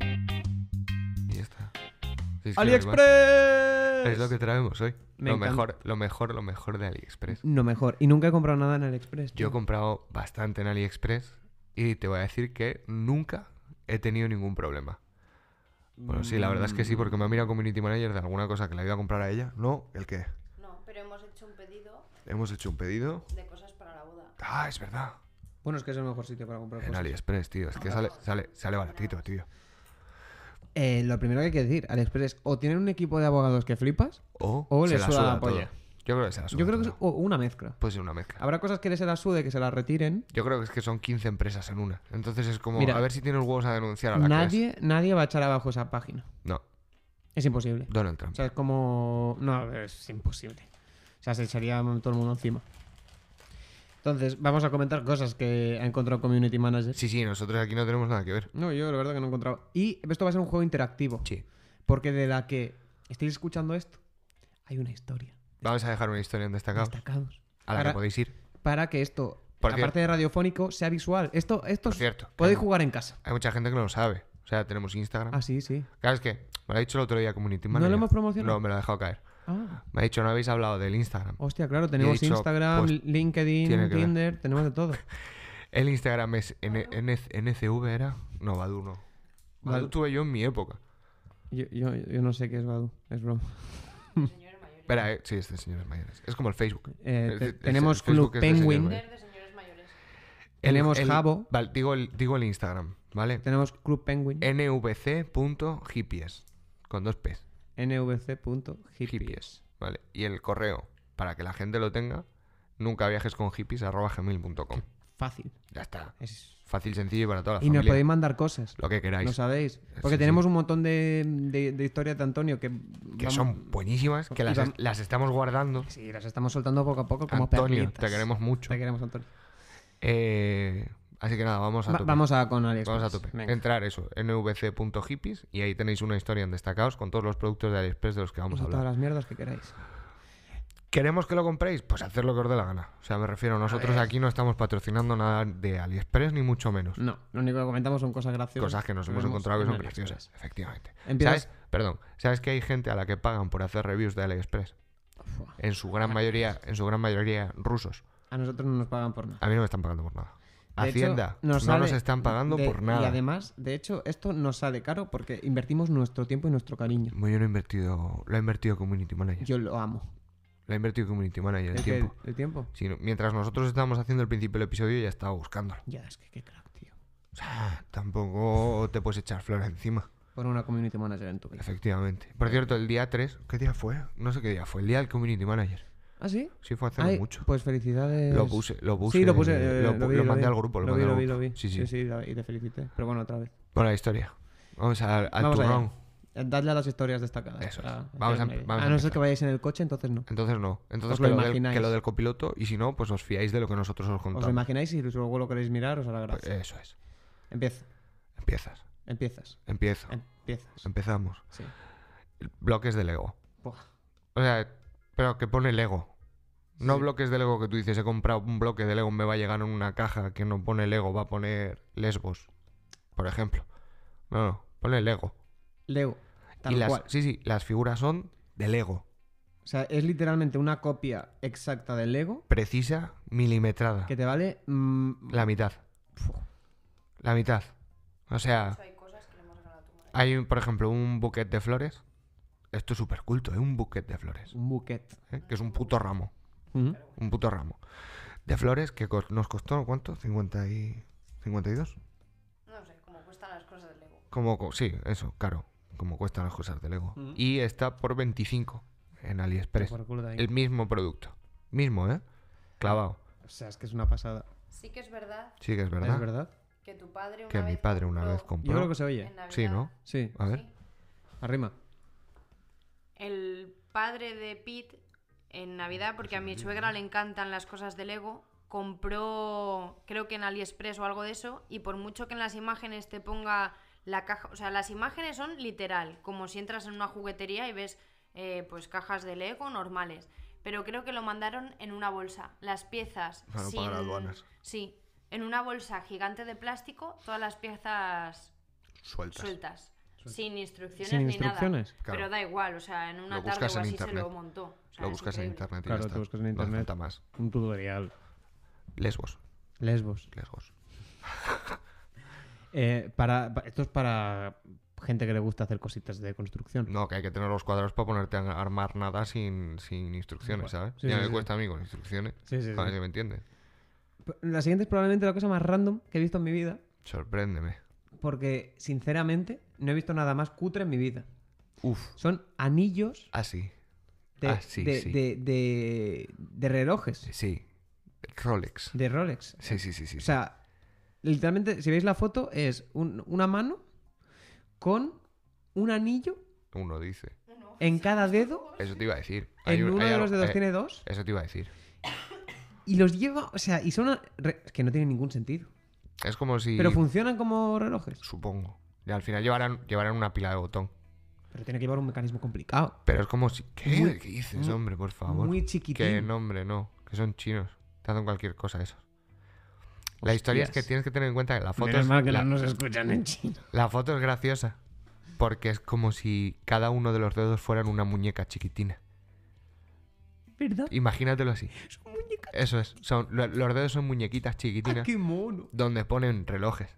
Y ya está. Sí, es que no hay más.
AliExpress.
Es lo que traemos hoy.
Me
lo
encanta.
mejor, lo mejor, lo mejor de AliExpress.
No mejor. Y nunca he comprado nada en AliExpress.
Yo he
tío.
comprado bastante en AliExpress y te voy a decir que nunca he tenido ningún problema. Bueno, sí, la verdad es que sí, porque me ha mirado Community Manager de alguna cosa que le iba a comprar a ella. No, ¿el qué?
No, pero hemos hecho un pedido
Hemos hecho un pedido.
de cosas para la boda.
Ah, es verdad.
Bueno, es que es el mejor sitio para comprar
En
cosas.
AliExpress, tío. Es que sale, sale, sale baratito, tío.
Eh, lo primero que hay que decir, AliExpress, o tienen un equipo de abogados que flipas,
O,
O
se
le
la
suda la
todo.
polla.
Yo creo que se la suda
yo creo que es
todo.
o una mezcla.
Puede ser una mezcla.
Habrá cosas que les se las sude, que se las retiren.
Yo creo que es que son 15 empresas en una. Entonces es como,
Mira.
a ver si tienes huevos a denunciar a la que
Nadie, nadie va a echar abajo esa página.
es. No,
Es imposible.
Donald Trump.
O sea, es como... No, es imposible. O sea, se echaría todo el mundo encima. Entonces, vamos a comentar cosas que ha encontrado Community Manager.
Sí, sí, nosotros aquí no tenemos nada que ver.
No, yo la verdad que no he encontrado. Y esto va a ser un juego interactivo.
Sí.
Porque de la que estáis escuchando esto, hay una historia.
Vamos a dejar una historia en destacado
Destacados.
a la que
Para-
podéis ir.
para que esto,
Por cier-
aparte de radiofónico, sea visual. Esto, esto
Por
es-
cierto.
podéis
hay-
jugar en casa.
Hay mucha gente que no lo sabe. O sea, tenemos Instagram.
Ah, sí, sí.
Claro, es que me lo ha dicho el otro día Community
¿No lo
Manager.
hemos promocionado?
No, me lo ha dejado caer.
Ah,
Me ha dicho, no habéis hablado del Instagram.
hostia, claro, tenemos
dicho,
Instagram,
pues, tiene
LinkedIn,
que ver.
Tinder, tenemos de todo. *laughs*
El Instagram es N- N- NCV, ¿era? No, Badu no. Badu
Badu.
tuve yo en mi época.
Yo, yo, yo no sé qué es Badu, es broma.
Espera, eh, sí, este señor es mayores. Es como el Facebook.
Eh,
El-
te-
el-
tenemos
el Facebook
Club
es de este señores
Penguin.
mayores.
de señores mayores.
Tenemos Jabo.
Vale, digo el, digo el Instagram, ¿vale?
Tenemos Club Penguin,
Eh. nvc.hippies, con dos P's.
nvc.hippies.
Hippies, ¿vale? Y el correo, para que la gente lo tenga, nunca viajes con hippies, arroba gmail.com.
Fácil.
Ya está.
Es-
Fácil, sencillo y para toda la
Y nos
familia.
podéis mandar cosas.
Lo que queráis.
Lo sabéis.
Sí,
Porque
sí.
tenemos un montón de, de- de historias de Antonio que,
que
vamos-
son buenísimas, que
Y
las,
vam-
las estamos guardando.
Sí, las estamos soltando poco a poco como
Antonio,
perlitas.
te queremos mucho.
Te queremos, Antonio.
Eh, así que nada, vamos a
Va-
tope.
vamos a con AliExpress.
Vamos a tope.
Venga.
Entrar eso, nvc.hippies, y ahí tenéis una historia en destacados con todos los productos de AliExpress de los que vamos a
Con todas
hablar.
las mierdas que queráis.
¿Queremos que lo compréis? Pues hacer lo que os dé la gana. O sea, me refiero, nosotros aquí no estamos patrocinando nada de AliExpress, ni mucho menos.
No, lo único que comentamos son cosas graciosas.
Cosas que nos hemos
vemos
encontrado que son
en AliExpress.
graciosas, efectivamente.
Empiezas-
¿Sabes? Perdón, ¿sabes que hay gente a la que pagan por hacer reviews de AliExpress?
Fua.
En su gran mayoría, en su gran mayoría rusos.
A nosotros no nos pagan por nada.
A mí no me están pagando por nada.
De hecho,
Hacienda, no
sale-
nos están pagando
de-
por nada.
Y además, de hecho, esto nos sale caro porque invertimos nuestro tiempo y nuestro cariño.
Bueno, yo no he invertido, lo ha invertido Community Manager.
Yo lo amo.
Lo ha invertido Community Manager el
¿El qué?
tiempo.
¿El tiempo?
Si no- mientras nosotros estábamos haciendo el principio del episodio, ya estaba buscándolo.
Ya, es que qué crack, tío.
O sea, tampoco te puedes echar flores encima,
Por una community manager en tu vida.
efectivamente.
Eh,
Por cierto, el día 3, ¿qué día fue? No sé qué día fue, el día del Community Manager.
¿Ah, sí?
Sí, fue hace no
Ay,
mucho.
Pues felicidades.
Lo puse, lo puse.
Sí, lo puse. eh,
lo, pu-
vi,
lo mandé
vi.
al grupo, lo,
vi,
mandé al
vi,
grupo.
lo vi.
Sí, sí.
lo- y te felicité. Pero bueno, otra vez.
Bueno, la historia. Vamos a, al
Vamos allá.
turrón.
Dadle a las historias destacadas.
Eso es.
para
Vamos
haceros
a-
una idea.
vamos a
a no ser
empezar.
que vayáis en el coche, entonces no.
Entonces no. Entonces
Os
que
lo
lo, del,
imagináis.
que lo del copiloto y si no, pues os fiáis de lo que nosotros os
Os lo
contamos.
imagináis y luego lo queréis mirar, os hará
Pues
gracia.
eso es.
Empieza.
Empiezas.
Empiezas.
Empiezo.
Em- Empiezas.
em- Empezamos.
Sí.
Bloques de Lego.
Buah.
O sea, pero que pone Lego. No
Sí.
bloques de Lego que tú dices, he comprado un bloque de Lego, me va a llegar en una caja que no pone Lego, va a poner Lesbos, por ejemplo. No, no, pone Lego.
Leo. Tal
y las,
cual.
Sí, sí, las figuras son de Lego.
O sea, es literalmente una copia exacta del Lego
Precisa, milimetrada.
que te vale. mm,
La mitad. La mitad. O sea,
Hay cosas que le hemos regalado a tu madre.
hay, un- por ejemplo, un buquet de flores. Esto es súper culto, ¿eh? Un buquet de flores.
un buquet.
¿eh? Que es un puto ramo.
Ujú.
Un puto ramo. De flores que co- nos costó, ¿cuánto? 50 y... 52.
No sé, como cuestan las cosas del Lego.
Como, co- sí, eso, caro. Como cuestan las cosas de Lego.
Ujú.
Y está por 25 en AliExpress.
Por culo de ahí.
El mismo producto. Mismo, ¿eh? Clavado.
O sea, es que es una pasada.
Sí que es verdad
Sí que es verdad.
¿Es verdad?
que tu padre una
Que
vez
mi padre una vez
Yo
compró.
creo que se oye.
en Navidad,
Sí, ¿no?
Sí.
A ver.
sí,
Arrima.
el padre de Pete en Navidad, porque a mi suegra le encantan las cosas de Lego, compró, creo que en AliExpress o algo de eso, y por mucho que en las imágenes te ponga la caja, o sea, las imágenes son literal, como si entras en una juguetería y ves eh, pues cajas de Lego normales, pero creo que lo mandaron en una bolsa, las piezas.
Para no
sin-
pagar aduanas.
Sí, en una bolsa gigante de plástico, todas las piezas
Sueltas.
sueltas. Sin instrucciones,
Sin
ni
instrucciones.
nada.
Claro.
Pero da igual, o sea, en una
Lo
tarde
buscas
o
en
así se
internet.
lo montó. O sea,
Lo
es
buscas en
increíble.
internet y
Claro,
ya
tú
está.
buscas en
No hace
internet.
falta más.
Un tutorial.
Lesbos.
Lesbos.
Lesbos.
Eh, para, pa- esto es para gente que le gusta hacer cositas de construcción.
No, que hay que tener los cuadros para ponerte a armar nada sin, sin instrucciones, ¿sabes?
Sí,
ya
sí,
me
sí.
cuesta a mí con instrucciones.
Sí, sí,
a ver
sí.
si me entiendes.
P- La siguiente es probablemente la cosa más random que he visto en mi vida.
Sorpréndeme.
Porque, sinceramente, no he visto nada más cutre en mi vida.
Uf. Ah,
Son anillos
Así.
de,
Ah, sí,
de,
sí.
de- de- de relojes,
Sí. Rolex.
de Rolex.
Sí, sí, sí, sí.
O sea, literalmente, si veis la foto, es un- una mano con un anillo
Uno dice.
en cada dedo.
Eso te iba a decir. Hay
En
un-
uno
hay
de
algo-
los dedos
eh,
tiene dos.
Eso te iba a decir.
Y los lleva, o sea, y son... a- re- Es que no tiene ningún sentido.
Es como si.
Pero funcionan como relojes.
Supongo. Y al final llevarán, llevarán una pila de botón.
Pero tiene que llevar un mecanismo complicado.
Pero es como si. ¿Qué,
Muy-
¿Qué dices,
muy-
hombre? Por favor.
Muy
Que
chiquitín.
no, hombre, no. Que son chinos. Te hacen cualquier cosa esos. La historia es que
Hostias.
tienes que tener en cuenta que la foto,
Menos
es,
mal que
la,
no nos escuchan en chino.
la foto es graciosa. Porque es como si cada uno de los dedos fueran una muñeca chiquitina.
¿Verdad?
Imagínatelo así.
Son muñecas.
Eso es. Son, lo- los dedos son muñequitas
Ah,
chiquitinas
¡Qué mono!
donde ponen relojes.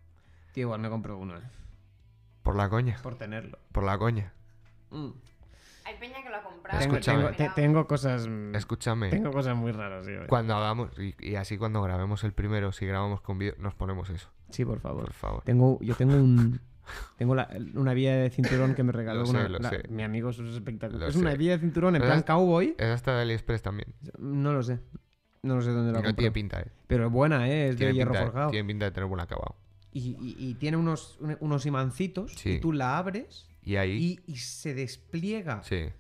Tío, igual me compro uno, eh.
Por la coña.
Por tenerlo.
Por la coña.
Mm.
Hay peña que lo ha comprado.
Tengo,
Escúchame.
eh.
tengo- te- tengo cosas... mm,
Escúchame.
Tengo cosas muy raras, tío. eh.
Cuando hagamos, y, y así cuando grabemos el primero, si grabamos con vídeo, nos ponemos eso,
Sí, por favor.
por favor.
Tengo, yo tengo un. Tengo la- una vía de cinturón que me regaló
Lo sé,
una,
lo
la-
sé.
mi amigo. Eso es espectacular.
Lo
es una
sé.
vía de cinturón en
Pero
plan
es-
cowboy.
Esa está de AliExpress también.
No lo sé. No lo sé dónde la
No tiene
compró.
pinta, ¿eh?
Pero es buena, ¿eh? Es
Tiene
de hierro
pinta, de-
forjado.
tiene pinta de tener buen acabado.
Y, y- y tiene unos, un- unos imancitos.
Sí.
Y tú la abres.
Y ahí,
Y, y se despliega
sí,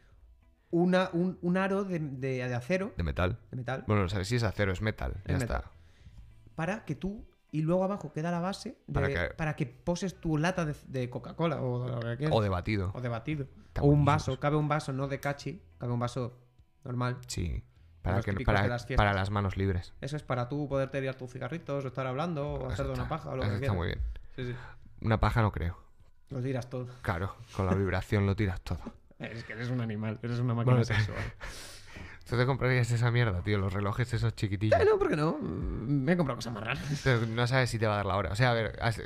una, un, un aro de, de- de acero,
de metal.
de metal,
Bueno, no sabes si es acero, es metal. Ya
Es
está.
para que tú. Y luego abajo queda la base de-
Para
para,
que-
que... poses tu lata de, de Coca-Cola o lo que quieras.
O de batido.
O de batido.
Está
o
buenísimo
un vaso.
eso.
Cabe un vaso, no de cachi. Cabe un vaso normal.
Sí.
Para
Para,
los
que,
típicos
para,
de las fiestas.
para las manos libres.
Eso es para tú poder tirar tus cigarritos o estar hablando o
Eso
hacer de una
está-
paja o lo
eso
que
está
quieras.
muy bien.
Sí, sí.
Una paja no creo.
Lo tiras todo.
Claro, con la vibración lo tiras todo.
*laughs* Es que eres un animal. Eres una
*laughs*
máquina
Bueno,
sexual.
Tú te comprarías esa mierda, tío, los relojes esos chiquitillos.
Eh, no, ¿por qué no? Mm, Me he comprado cosas más raras.
Pero No sabes si te va a dar la hora. O sea, a ver, has-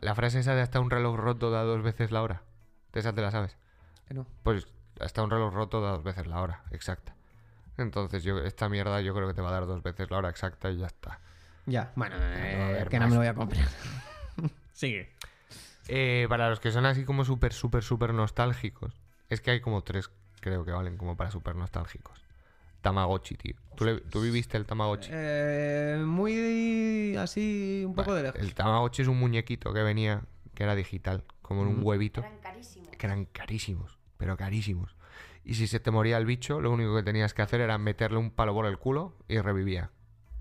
la frase esa de hasta un reloj roto da dos veces la hora. Esa te la sabes.
Eh, no.
Pues hasta un reloj roto da dos veces la hora exacta. Entonces, yo, esta mierda yo creo que te va a dar dos veces la hora exacta y ya está.
Ya. Bueno,
va a
eh,
haber
que no
más.
me lo voy a comprar. *laughs* Sigue.
Eh, para los que son así como súper, súper, súper nostálgicos, es que hay como tres, creo que valen como para súper nostálgicos. Tamagotchi, tío. ¿Tú, le- tú viviste el Tamagotchi?
Eh, muy así, un poco
Vale,
de lejos.
El Tamagotchi es un muñequito que venía, que era digital, como en un huevito.
Eran carísimos.
que eran carísimos, pero carísimos. Y si se te moría el bicho, lo único que tenías que hacer era meterle un palo por el culo y revivía.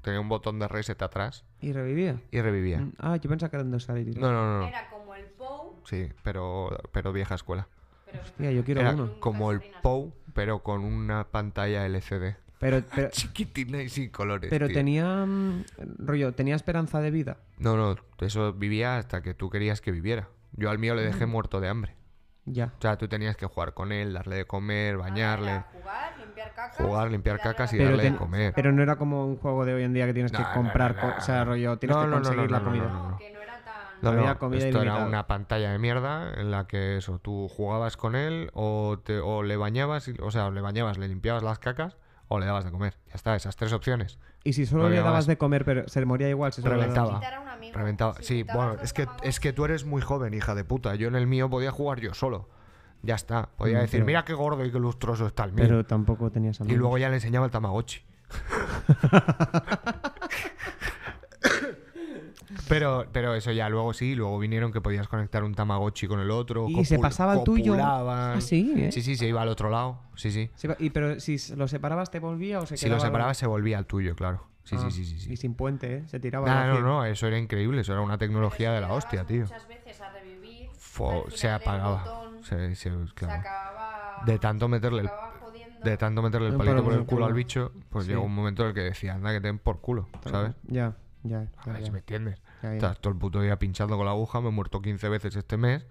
Tenía un botón de reset atrás
¿Y revivía?
y revivía.
Mm, Ah, yo pensaba que eran dos salidas.
No, no, no, no.
Era como el Pou,
Sí, pero, pero vieja escuela.
pero
Hostia, yo quiero
Era
uno.
como el POU, pero con una pantalla LCD.
Pero, pero,
*laughs* Chiquitina y sin colores.
pero
Ah, tío.
tenía. mm, Rollo, tenía esperanza de vida.
No, no, eso vivía hasta que tú querías que viviera. Yo al mío le
Mm.
dejé muerto de hambre.
Ya.
O sea, tú tenías que jugar con él, darle de comer, bañarle.
Era Jugar, limpiar cacas.
Jugar, limpiar
y darle
cacas y
la
Pero
darle de
comida.
ten-
comer.
Pero no era como un juego de hoy en día que tienes
No,
que
no,
comprar.
no,
co-
no.
O sea, rollo, tienes
No,
que
no, no,
conseguir
no,
la
no,
comida.
No, que no era tan.
No,
Había
no,
comida
esto era
ilimitada.
una pantalla de mierda en la que eso, tú jugabas con él o, te- o le bañabas, y- o sea, le bañabas, le limpiabas las cacas o le dabas de comer. Ya está, esas tres opciones.
Y si solo
No
le
había
dabas
más.
de comer, pero se moría igual. Si solo le dabas-
Reventaba.
Quitar a un amigo.
Reventaba.
Si
Sí,
quitabas
bueno,
los
es que,
tamagotchi-
es que tú eres muy joven, hija de puta. Yo en el mío podía jugar yo solo. Ya está. Podía
Mm,
decir,
pero-
mira qué gordo y qué lustroso está el mío.
Pero tampoco tenías
Y
amigos.
luego ya le enseñaba el Tamagotchi. pero, pero eso ya, luego sí, luego vinieron que podías conectar un Tamagotchi con el otro.
Y se pasaba el tuyo.
copulaban.
Ah, sí, ¿eh?
Sí, sí, se iba al otro lado. Sí, sí.
Sí, va- y, pero si s- lo separabas, ¿te volvía o se
Si lo
quedaba-
separabas, se volvía al tuyo, claro. Sí,
Ah,
sí, sí, sí. sí.
Y sin puente, ¿eh? Se tiraba.
Nah,
al
no,
vacío.
no, eso era increíble, eso era una tecnología de
si
la
le dabas
hostia, tío.
Muchas veces a revivir.
Fo-
al final
se
del
apagaba.
botón,
Se, se-
Se
claro.
acababa.
De tanto meterle el,
acababa jodiendo.
de tanto meterle el
Un
palito
palo
por
por
el
el
culo
culo.
al bicho, pues
Sí.
llegó un momento en el que decía, anda que te den por culo, ¿sabes?
Ya, ya.
A
ya,
ver
ya.
si me entiendes.
Ya, ya.
Estás todo el puto día pinchando con la aguja, me he muerto 15 veces este mes.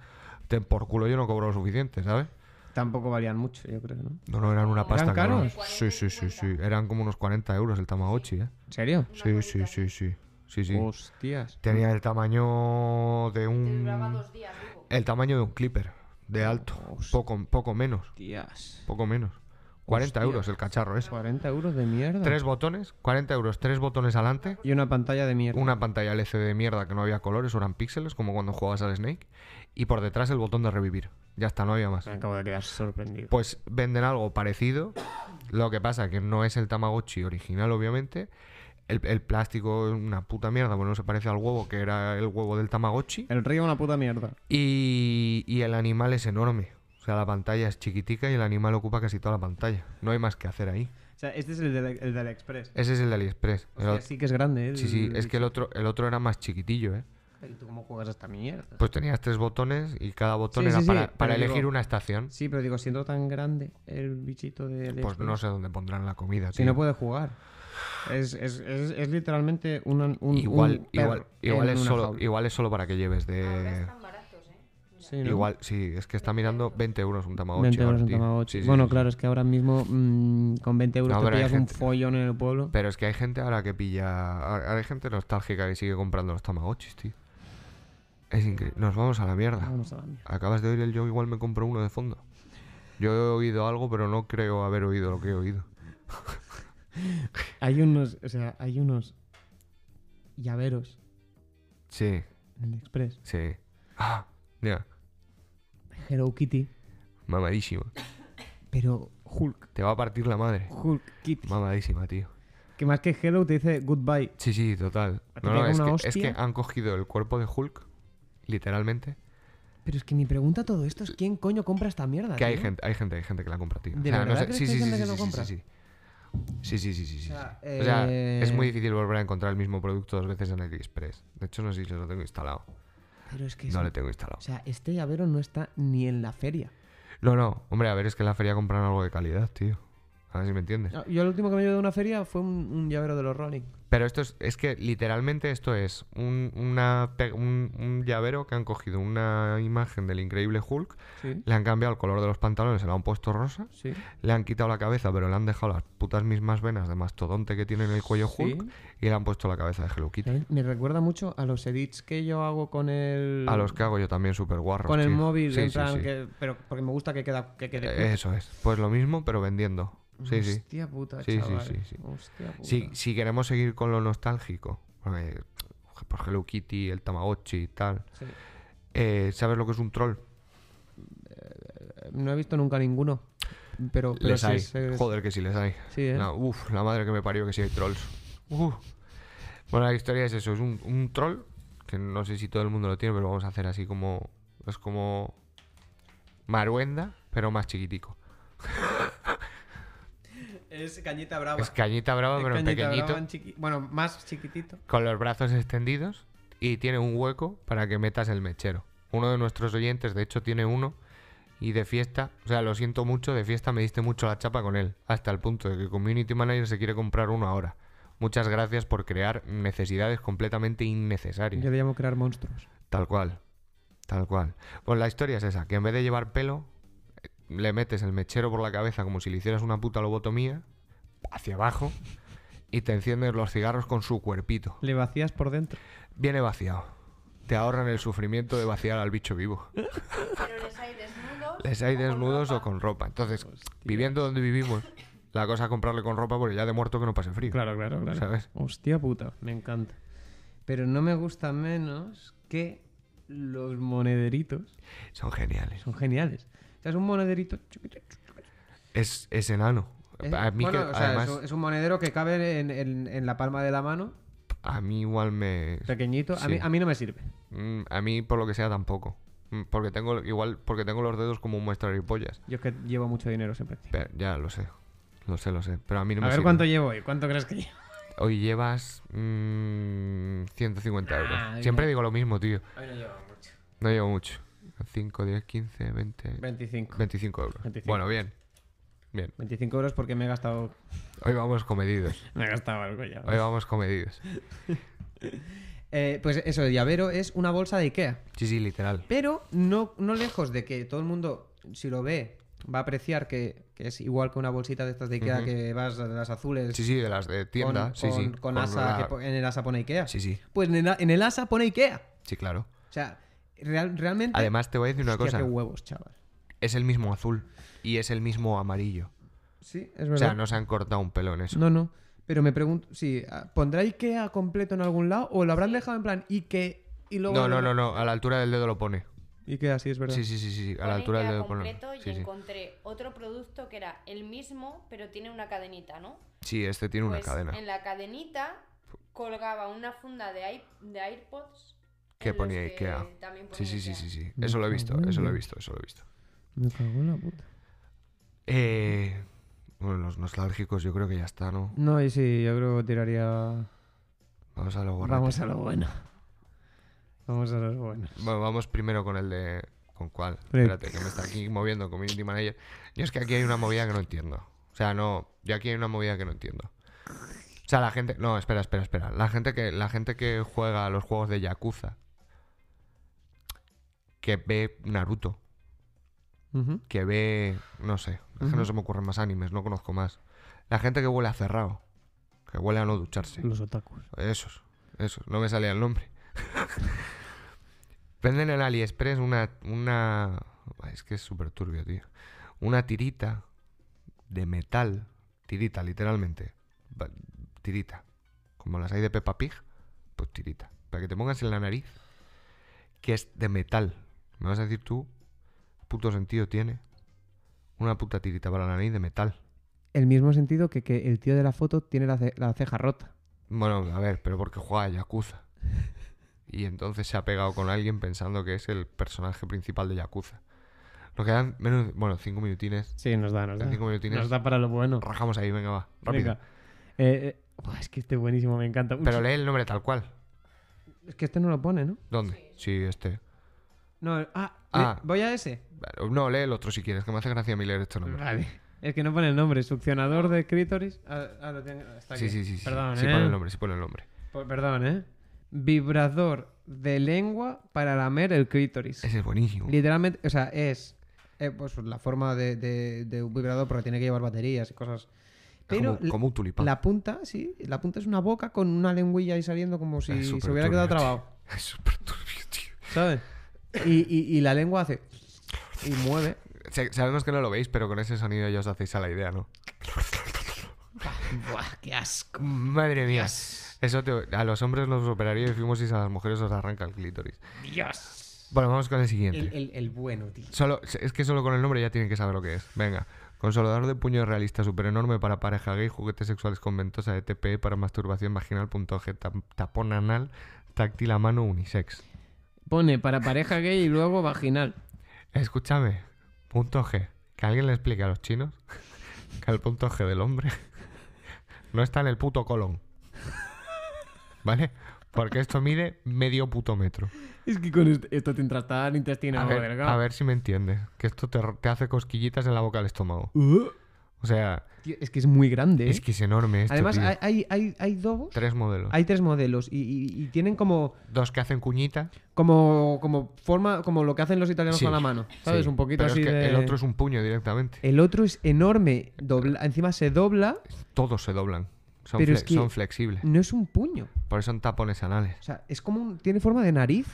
Ten por culo, yo no cobro lo suficiente, ¿sabes?
Tampoco valían mucho, yo creo, ¿no?
No, no, eran una
¿Eran
pasta. cabrón.
caros?
Sí, sí, sí, sí. Eran como unos 40 euros el Tamagotchi, ¿eh?
¿En serio?
Sí, sí, sí, sí. Sí, sí.
Hostias.
Tenía el tamaño de
Te duraba
un.
dos días, digo.
El tamaño de un clipper, de alto.
Hostia.
Poco, poco menos,
Hostias.
poco menos. 40
Hostia.
euros el cacharro ese.
40 euros de mierda.
Tres botones, 40 euros, tres botones adelante,
Y una pantalla de mierda.
una pantalla LCD de mierda que no había colores, eran píxeles, como cuando jugabas al Snake, y por detrás el botón de revivir. Ya está, no había más.
Me acabo de quedar sorprendido.
Pues venden algo parecido, lo que pasa que no es el Tamagotchi original, obviamente. El, el plástico es una puta mierda, porque no se parece al huevo, que era el huevo del Tamagotchi.
El río una puta mierda.
Y, y el animal es enorme. O sea, la pantalla es chiquitica y el animal ocupa casi toda la pantalla. No hay más que hacer ahí.
O sea, este es el del, el del Express.
Ese es el de AliExpress. El
Hostia,
ot-
sí que es grande, ¿eh?
Sí, sí, es que el otro, el otro era más chiquitillo, ¿eh?
¿Y tú cómo juegas a esta mierda?
Pues tenías tres botones y cada botón
Sí,
era
sí, sí,
para,
pero
para
digo-
elegir una estación.
Sí, pero digo, siendo tan grande el bichito del
Pues no
Express,
sé dónde pondrán la comida.
Si no
tío.
puede jugar. Es, es, es, es literalmente una- un, un
igual, igual,
perro
igual,
en
es
una
solo,
jaula.
igual es solo para que lleves
Ahora
de...
están baratos, ¿eh? Mira.
Sí, ¿no?
Igual, sí, es que está mirando 20 euros un Tamagotchi.
20 euros
ahora,
en
tío.
Tamagotchi.
Sí, sí,
bueno,
sí, sí.
claro, es que ahora mismo mm, con 20 euros
No,
te
pero hay
pillas un
gente-
follón en el pueblo.
Pero es que hay gente ahora que pilla. Ahora ahora hay gente nostálgica que sigue comprando los Tamagotchis, tío. Es increíble. Nos vamos a la mierda.
Vamos a la mierda.
Acabas de oír el yo, igual me compro uno de fondo. Yo he oído algo, pero no creo haber oído lo que he oído.
Hay unos, o sea, hay unos llaveros
Sí,
en el Express.
sí. Ah, mira,
Hello Kitty,
mamadísima.
pero Hulk.
Te va a partir la madre.
Hulk Kitty.
Mamadísima, tío.
Que más que Hello te dice goodbye.
Sí, sí, total.
Te
No, no,
pega
es
una
que, es que
hostia.
han cogido el cuerpo de Hulk, literalmente.
Pero es que mi pregunta a todo esto es ¿quién coño compra esta mierda?
Que hay
tío?
gente, hay gente, hay gente que la compra, tío.
¿Ah, ¿De
no
verdad
sé-
crees
sí,
que hay
sí, sí,
gente
sí,
que lo
sí,
compra?
sí, sí. Sí, sí, sí, sí, sí, sí. O sea,
sea,
es muy
eh,
difícil volver a encontrar el mismo producto dos veces en AliExpress. De hecho, no sé si lo tengo instalado.
Pero es que es-
No le tengo instalado.
O sea, este llavero no está ni en la feria.
No, no, hombre, a ver, es que en la feria compran algo de calidad, tío. A ver si me entiendes.
Ah, Yo el último que me llevé de una feria fue un, un llavero de los Rolling.
Pero esto es, es que literalmente esto es un, una pe- un, un llavero que han cogido una imagen del increíble Hulk,
Sí,
le han cambiado el color de los pantalones, se lo han puesto rosa,
sí.
le han quitado la cabeza, pero le han dejado las putas mismas venas de mastodonte que tiene en el cuello
Sí. ¿Eh?
Hulk y le han puesto la cabeza de Hello Kitty.
¿Sabes? Me recuerda mucho a los edits que yo hago con el.
A los que hago yo también super guarro.
Con el móvil, en plan que- pero porque me gusta que queda que quede cut.
Eso es. Pues lo mismo, pero vendiendo. Sí, sí.
Hostia puta,
Sí, sí,
chaval.
sí, sí.
Hostia puta.
Si, si queremos seguir con lo nostálgico, porque, por Hello Kitty, el Tamagotchi y tal,
Sí.
eh, ¿sabes lo que es un troll?
Eh, No he visto nunca ninguno. Pero, pero
les
sí,
hay.
sé-
Joder, que sí les hay.
Sí, ¿eh?
No, uf, la madre que me parió que sí hay trolls. Uf. Bueno, la historia es eso, es un, un troll, que no sé si todo el mundo lo tiene, pero vamos a hacer así como... Es como... Maruenda, pero más chiquitico.
Es cañita brava.
Es cañita brava,
Ah, Es
pero en
cañita
pequeñito,
brava, en chiqui- Bueno, más chiquitito.
con los brazos extendidos y tiene un hueco para que metas el mechero. Uno de nuestros oyentes, de hecho, tiene uno y de fiesta, o sea, lo siento mucho, de fiesta me diste mucho la chapa con él, hasta el punto de que Community Manager se quiere comprar uno ahora. Muchas gracias por crear necesidades completamente innecesarias.
Yo le llamo crear monstruos.
Tal cual. Tal cual. Pues la historia es esa, que en vez de llevar pelo, eh, le metes el mechero por la cabeza como si le hicieras una puta lobotomía, hacia abajo, y te enciendes los cigarros con su cuerpito.
Le vacías por dentro.
Viene vaciado. Te ahorran el sufrimiento de vaciar al bicho vivo.
Pero les hay desnudos.
Les hay
o con
desnudos o
ropa.
con ropa. Entonces, viviendo donde vivimos, la cosa es comprarle con ropa porque ya de muerto que no pase frío.
Claro, claro, claro.
¿Sabes?
Hostia puta, me encanta. Pero no me gusta menos que los monederitos
Son geniales.
son geniales. O sea, es un monederito. chiquitito.
Es, es enano.
Es-
A mí,
¿Eh? bueno,
que,
o sea,
además,
es, un, es un monedero que cabe en, en- en la palma de la mano,
a mí igual me...
pequeñito. A,
Sí.
mí, a mí no me sirve.
Mm, A mí, por lo que sea, tampoco. Mm, Porque tengo, igual, porque tengo los dedos como un muestraripollas.
Yo es que llevo mucho dinero siempre. tío.
Pero, ya, lo sé. Lo sé, lo sé. Pero a mí no
a
me
ver
sirve.
cuánto llevo hoy. ¿Cuánto crees que llevo? *laughs*
Hoy llevas mm, 150 euros.
Ah, mira.
Siempre digo lo mismo, tío.
Hoy no llevo mucho.
No llevo mucho. 5, 10, 15, 20...
25.
25 euros.
25.
Bueno, bien. Bien.
25 euros porque me he gastado,
Hoy vamos comedidos.
me he gastado algo ya.
Hoy vamos comedidos.
Eh, pues eso, el llavero es una bolsa de Ikea.
Sí, sí, literal.
Pero no, no lejos de que todo el mundo, si lo ve, va a apreciar que, que es igual que una bolsita de estas de Ikea
Ujú.
que vas de las azules.
Sí, sí, de las de tienda.
Con,
sí,
con-
sí.
con asa,
la-
que po- en el asa pone Ikea.
Sí, sí.
Pues en el, en el asa pone Ikea.
Sí, claro.
O sea, real- realmente.
Además, te voy a decir una
Hostia,
cosa.
qué huevos, chaval.
Es el mismo azul y es el mismo amarillo.
Sí, es
O
verdad.
sea, no se han cortado un pelo en eso.
no, no. Pero me pregunto, sí, ah, ¿pondrá Ikea completo en algún lado o lo habrán dejado en plan Ikea y luego.
No, no, no, no, a la altura del dedo lo pone.
Ikea, sí, es verdad.
Sí, sí, sí, sí, sí, a la
Pone
altura del
Ikea
dedo pone.
completo y
Sí, sí.
encontré otro producto que era el mismo, pero tiene una cadenita, ¿no?
Sí, este tiene una
Pues,
cadena.
En la cadenita colgaba una funda de, ai- de AirPods.
Que
en los
ponía Ikea.
también ponía
Sí, sí, sí,
Ikea.
sí, sí.
Me
Eso lo he visto,
cago en
eso lo he
Dios.
visto, eso lo he visto.
Me cago en la puta.
Eh, bueno, los nostálgicos yo creo que ya está, ¿no?
No, y sí, yo creo que tiraría.
Vamos a lo guarrete.
Vamos a lo bueno. Vamos a lo bueno.
Bueno, vamos primero con el de... ¿Con cuál?
Pero-
Espérate, que me está aquí moviendo Community Manager. Yo es que aquí hay una movida que no entiendo. O sea, no... Yo aquí hay una movida que no entiendo. O sea, la gente... No, espera, espera, espera. La gente que, la gente que juega a los juegos de Yakuza... Que ve Naruto.
Ujú.
que ve, no sé, es que no se me ocurren más animes, no conozco más. La gente que huele a cerrado, que huele a no ducharse.
Los otakus.
Esos, esos, no me salía el nombre. *laughs* Venden en AliExpress una, una, es que es súper turbio, tío. Una tirita de metal, tirita literalmente, va- tirita, como las hay de Peppa Pig, pues tirita, para que te pongas en la nariz, que es de metal. Me vas a decir tú, puto sentido tiene una puta tirita para la nariz de metal.
El mismo sentido que, que el tío de la foto tiene la, ce- la ceja rota.
Bueno, a ver, pero porque juega a Yakuza. Y entonces se ha pegado con alguien pensando que es el personaje principal de Yakuza. Nos quedan menos, bueno, cinco minutines.
Sí, nos da, nos
En cinco minutines.
Nos da para lo bueno.
Rajamos ahí, venga, va, rápido.
Venga. Eh, eh, buah, es que este buenísimo, me encanta. Uy,
Pero lee el nombre tal cual.
Es que este no lo pone, ¿no?
¿Dónde? Sí, este.
No, ah,
Ah.
le- voy a ese.
No, lee el otro si quieres, que me hace gracia a mí leer este nombre.
Vale. Es que no pone el nombre, succionador de escritores. Ah, ah, lo tengo- está
Sí,
aquí.
sí, sí. sí.
Perdón,
sí
¿eh?
pone el nombre, sí pone el nombre.
Po- Perdón, ¿eh? Vibrador de lengua para lamer el clítoris.
Ese es buenísimo.
Literalmente, o sea, es eh, pues, la forma de, de- de un vibrador porque tiene que llevar baterías y cosas. Pero
como, como un tulipán.
la punta, sí, la punta es una boca con una lengüilla ahí saliendo como si
Es
se
súper
hubiera quedado
turbio,
trabado,
tío. *laughs* Es súper turbio, tío.
¿sabes? Y, y- y la lengua hace y mueve.
Sa- Sabemos que no lo veis, pero con ese sonido ya os hacéis a la idea, ¿no?
Buah, qué asco.
Madre mía. Eso te- a los hombres los operaría y fuimos y a las mujeres os arranca el clítoris.
Dios.
Bueno, vamos con el siguiente.
El, el- el bueno, tío.
Solo, es que solo con el nombre ya tienen que saber lo que es. Venga. Consolador de puño realista super enorme para pareja gay, juguetes sexuales con ventosa de TPE para masturbación vaginal, punto G, tam- tapón anal, táctil a mano unisex.
Pone para pareja gay y luego vaginal.
Escúchame, punto G. Que alguien le explique a los chinos *laughs* que el punto G del hombre *laughs* no está en el puto colon. ¿Vale? Porque esto mide medio puto metro.
Es que con esto, esto te entras tan intestino
A ver,
delgado.
a ver si me entiendes. Que esto te, te hace cosquillitas en la boca del estómago.
Uh,
O sea,
tío, es que es muy grande. ¿eh?
es que es enorme esto.
Además,
tío.
hay, hay, hay, hay dobos.
Tres modelos.
Hay tres modelos y, y- y tienen como,
Dos que hacen cuñita.
como, como forma, como lo que hacen los italianos
Sí,
con la mano. ¿Sabes?
sí.
Un poquito
Pero es
así
que
de.
El otro es un puño directamente.
El otro es enorme. dobla- Encima se dobla,
Todos se doblan. Son,
Eh, Pero
fle-
es que- mm.
son flexibles.
no es un puño.
Por eso son tapones anales.
O sea, es como un- tiene forma de nariz.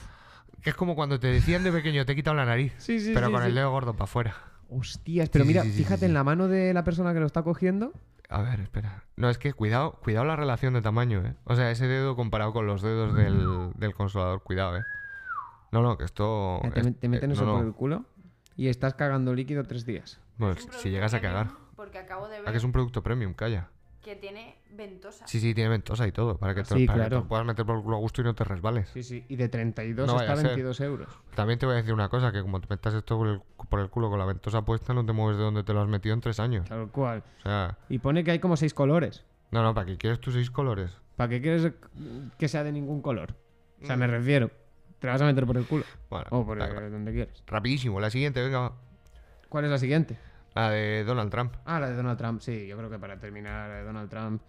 Que es como cuando te decían de pequeño, te he quitado la nariz.
Sí, sí,
pero
sí,
con
sí.
el dedo gordo para afuera.
Hostias, pero
Sí, sí,
mira,
sí, sí,
fíjate
sí, sí.
en la mano de la persona que lo está cogiendo.
A ver, espera. No, es que cuidado, cuidado la relación de tamaño, ¿eh? O sea, ese dedo comparado con los dedos
Mm.
del, del consolador, cuidado, ¿eh? No, no, que esto...
Ah, Te,
es-
te meten
eh,
eso
no,
por
no.
el culo y estás cagando líquido tres días.
Bueno,
Es un
si
producto
llegas a
premium,
cagar.
Porque acabo de
Ah, que
ver
es un producto premium, calla.
que tiene ventosa.
Sí, sí, tiene ventosa y todo, para que te,
Sí,
para que te
claro.
lo puedas meter por el culo a gusto y no te resbales.
Sí, sí. Y de 32
No vaya
hasta
a ser.
22 euros.
También te voy a decir una cosa, que como te metas esto por el, por el culo con la ventosa puesta, no te mueves de donde te lo has metido en tres años.
Tal cual.
O sea,
Y pone que hay como seis colores.
no, no, ¿para qué quieres tus seis colores?
¿Para qué quieres que sea de ningún color? O sea,
Mm.
me refiero. Te la vas a meter por el culo.
Bueno,
O Oh, por
da
el-
igual.
donde quieras.
rapidísimo, la siguiente, venga, va.
¿Cuál es la siguiente?
La de Donald Trump.
Ah, la de Donald Trump. Sí, yo creo que para terminar, la de Donald Trump.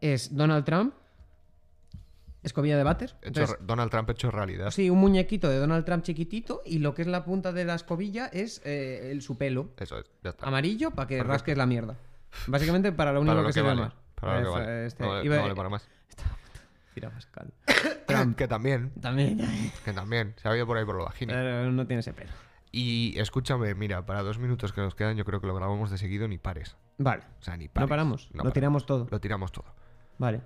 Es Donald Trump. Es comida de váter.
Hecho-
Entonces,
Donald Trump hecho realidad.
sí, un muñequito de Donald Trump chiquitito y lo que es la punta de la escobilla es eh, el, su pelo.
Eso es, ya está.
Amarillo para que
Perfecto.
rasques la mierda. Básicamente para lo único
Para lo
que, se
que
ve
vale.
más.
Para lo que
Esa-
vale.
este,
No, vale-
iba-
no vale para
*laughs*
más.
Tira *coughs* Pascal.
Que también,
También.
que también. Se ha ido por ahí por lo vagina.
*laughs* Pero no tiene ese pelo.
Y escúchame, mira, para dos minutos que nos quedan, yo creo que lo grabamos de seguido ni pares.
Vale.
O sea, ni pares.
No paramos.
No
lo
paramos.
tiramos todo.
Lo tiramos todo.
Vale.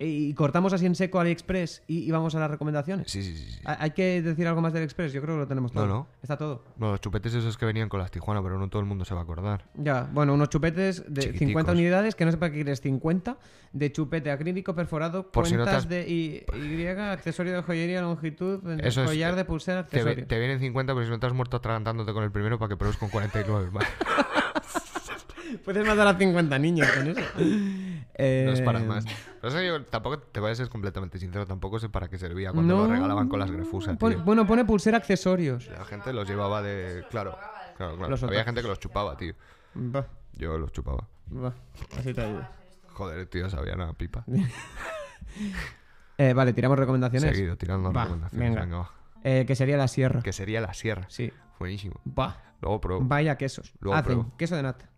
Y, y cortamos así en seco AliExpress y, y vamos a las recomendaciones.
Sí, sí, sí. sí.
Ha- Hay que decir algo más del Express. Yo creo que lo tenemos
No,
todo.
no.
Está todo.
Bueno, los chupetes esos que venían con las Tijuana, pero no todo el mundo se va a acordar.
Ya, bueno, unos chupetes de
Chiquiticos.
50 unidades, que no sé para qué quieres 50, de chupete acrílico perforado,
Por si no te
cuentas
has-
de Y, Y, accesorio de joyería, longitud,
Eso es-
collar de pulsera,
Te, ve-
accesorio.
te vienen 50, pero si no te has muerto atragantándote con el primero para que pruebes con 49 más.
Puedes matar a 50 niños con eso.
No es para
Eh,
más. Pero eso yo tampoco te voy a ser completamente sincero, tampoco sé para qué servía cuando lo regalaban con las grefusas.
pone-
tío.
bueno, pone pulsera accesorios.
La gente los llevaba de. Claro, claro, claro.
Los
Había
otakus.
gente que los chupaba, tío.
Va,
Yo los chupaba.
va. Así te ayudo.
Joder, tío, sabía nada, pipa.
Eh, vale, tiramos recomendaciones.
Seguido tirando
Va,
recomendaciones.
venga.
Venga. va.
Eh, que sería la sierra.
Que sería la sierra.
Sí.
Buenísimo.
Va.
Luego, pero.
Vaya quesos.
Luego
Hacen
pruebo.
queso de nata.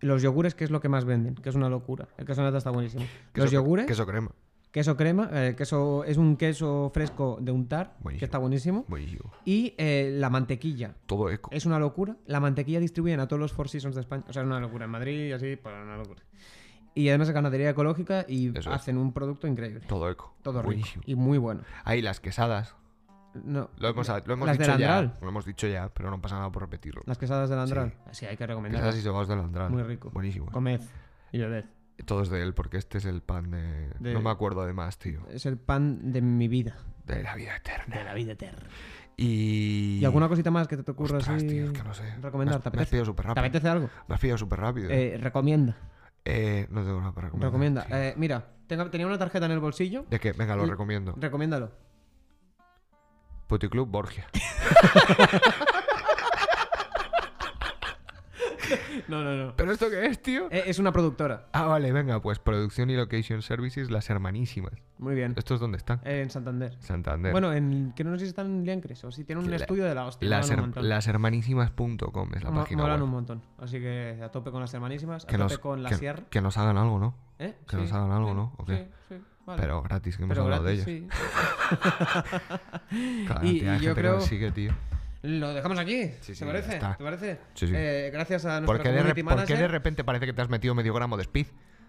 Los yogures, que es lo que más venden, que es una locura. El queso de nata está buenísimo. Los yogures, queso,
Queso crema.
crema, eh, queso es un queso fresco de untar,
Buenísimo.
que está buenísimo.
Buenísimo.
Y eh, la mantequilla.
Todo eco.
Es una locura. La mantequilla distribuyen a todos los Four Seasons de España. O sea, es una locura en Madrid y así, pues una locura. Y además es ganadería ecológica y
Eso es.
hacen un producto increíble.
Todo eco.
Todo rico
Buenísimo.
y muy bueno.
Ahí las quesadas.
No,
Lo hemos, lo hemos
Las del
dicho ya.
Andral.
Lo hemos dicho ya, pero no pasa nada por repetirlo.
las quesadas del Andral. Sí, hay que recomendar.
Quesadas y sobaos del Andral.
Muy rico.
Buenísimo.
Comed y bebed.
Todo es de él, porque este es el pan de.
De-
No me acuerdo además, tío.
Es el pan de mi vida.
De la vida eterna.
De la vida eterna.
Y.
¿Y alguna cosita más que te, te ocurra
Ostras,
así?
tío, es que no sé.
Recomendar,
Me has-
¿te
me has
apetece?
pillado súper
¿Te
rápido.
apetece algo?
Me has pillado súper rápido.
Eh, recomienda.
Eh, no tengo nada para recomendar.
Recomienda.
tío.
Eh, mira, tenga- tenía una tarjeta en el bolsillo.
¿De qué? Venga, lo
y-
recomiendo.
Recomiéndalo. *laughs*
Puticlub Borgia.
No, no, no.
¿Pero esto qué es, tío?
Eh, Es una productora.
Ah, vale, venga, pues producción y location services, las hermanísimas.
Muy bien.
¿Estos dónde están?
Eh, En Santander.
Santander.
Bueno, en, que no sé si están en Liancres o si tienen un
La-
estudio de la hostia.
las,
molan un
her-
montón.
lashermanísimas.com es la
Mo-
página
molan
web.
un montón. Así que a tope con las hermanísimas, a
que
tope
nos,
con la
que-
sierra.
que nos hagan algo, ¿no?
¿Eh?
que nos hagan algo, ¿no? ¿O qué?
Sí, sí, vale.
Pero gratis, que hemos
Pero
hablado
gratis,
de ellos.
sí.
Cada
*laughs* Y-
cantidad
y
de gente que
yo creo-
nos sigue, tío.
Lo dejamos aquí.
Sí, sí,
¿Te
ya
parece?
está.
¿Te parece?
Sí, sí.
Eh, gracias a nuestro
¿Por qué, de re-
community
por qué
manager.
de repente parece que te has metido medio gramo de speed?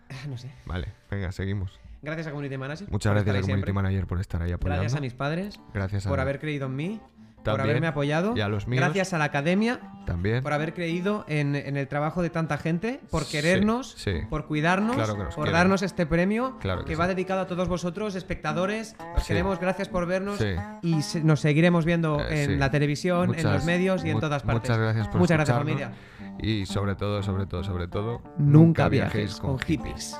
Ah, *laughs* No sé.
Vale, venga, seguimos.
Gracias a community manager.
Muchas
por
gracias
estar
al
ahí
community
siempre.
manager por estar ahí apoyando.
Gracias a mis padres
Gracias a-
por haber creído en mí, por
También.
haberme apoyado.
Y a los míos.
Gracias a la academia
También.
por haber creído en, en el trabajo de tanta gente, por querernos,
sí.
por cuidarnos,
Claro que nos
por
quieren.
darnos este premio
Claro que
va
sí.
dedicado a todos vosotros, espectadores. Os
Sí.
queremos, gracias por vernos
Sí.
y se- nos seguiremos viendo
Eh,
en
sí.
la televisión, en
Muchas-
los medios y en
mu-
todas partes.
Muchas gracias por
Muchas gracias,
escucharnos.
familia.
Y sobre todo, sobre todo, sobre todo,
Nunca viajéis con hippies.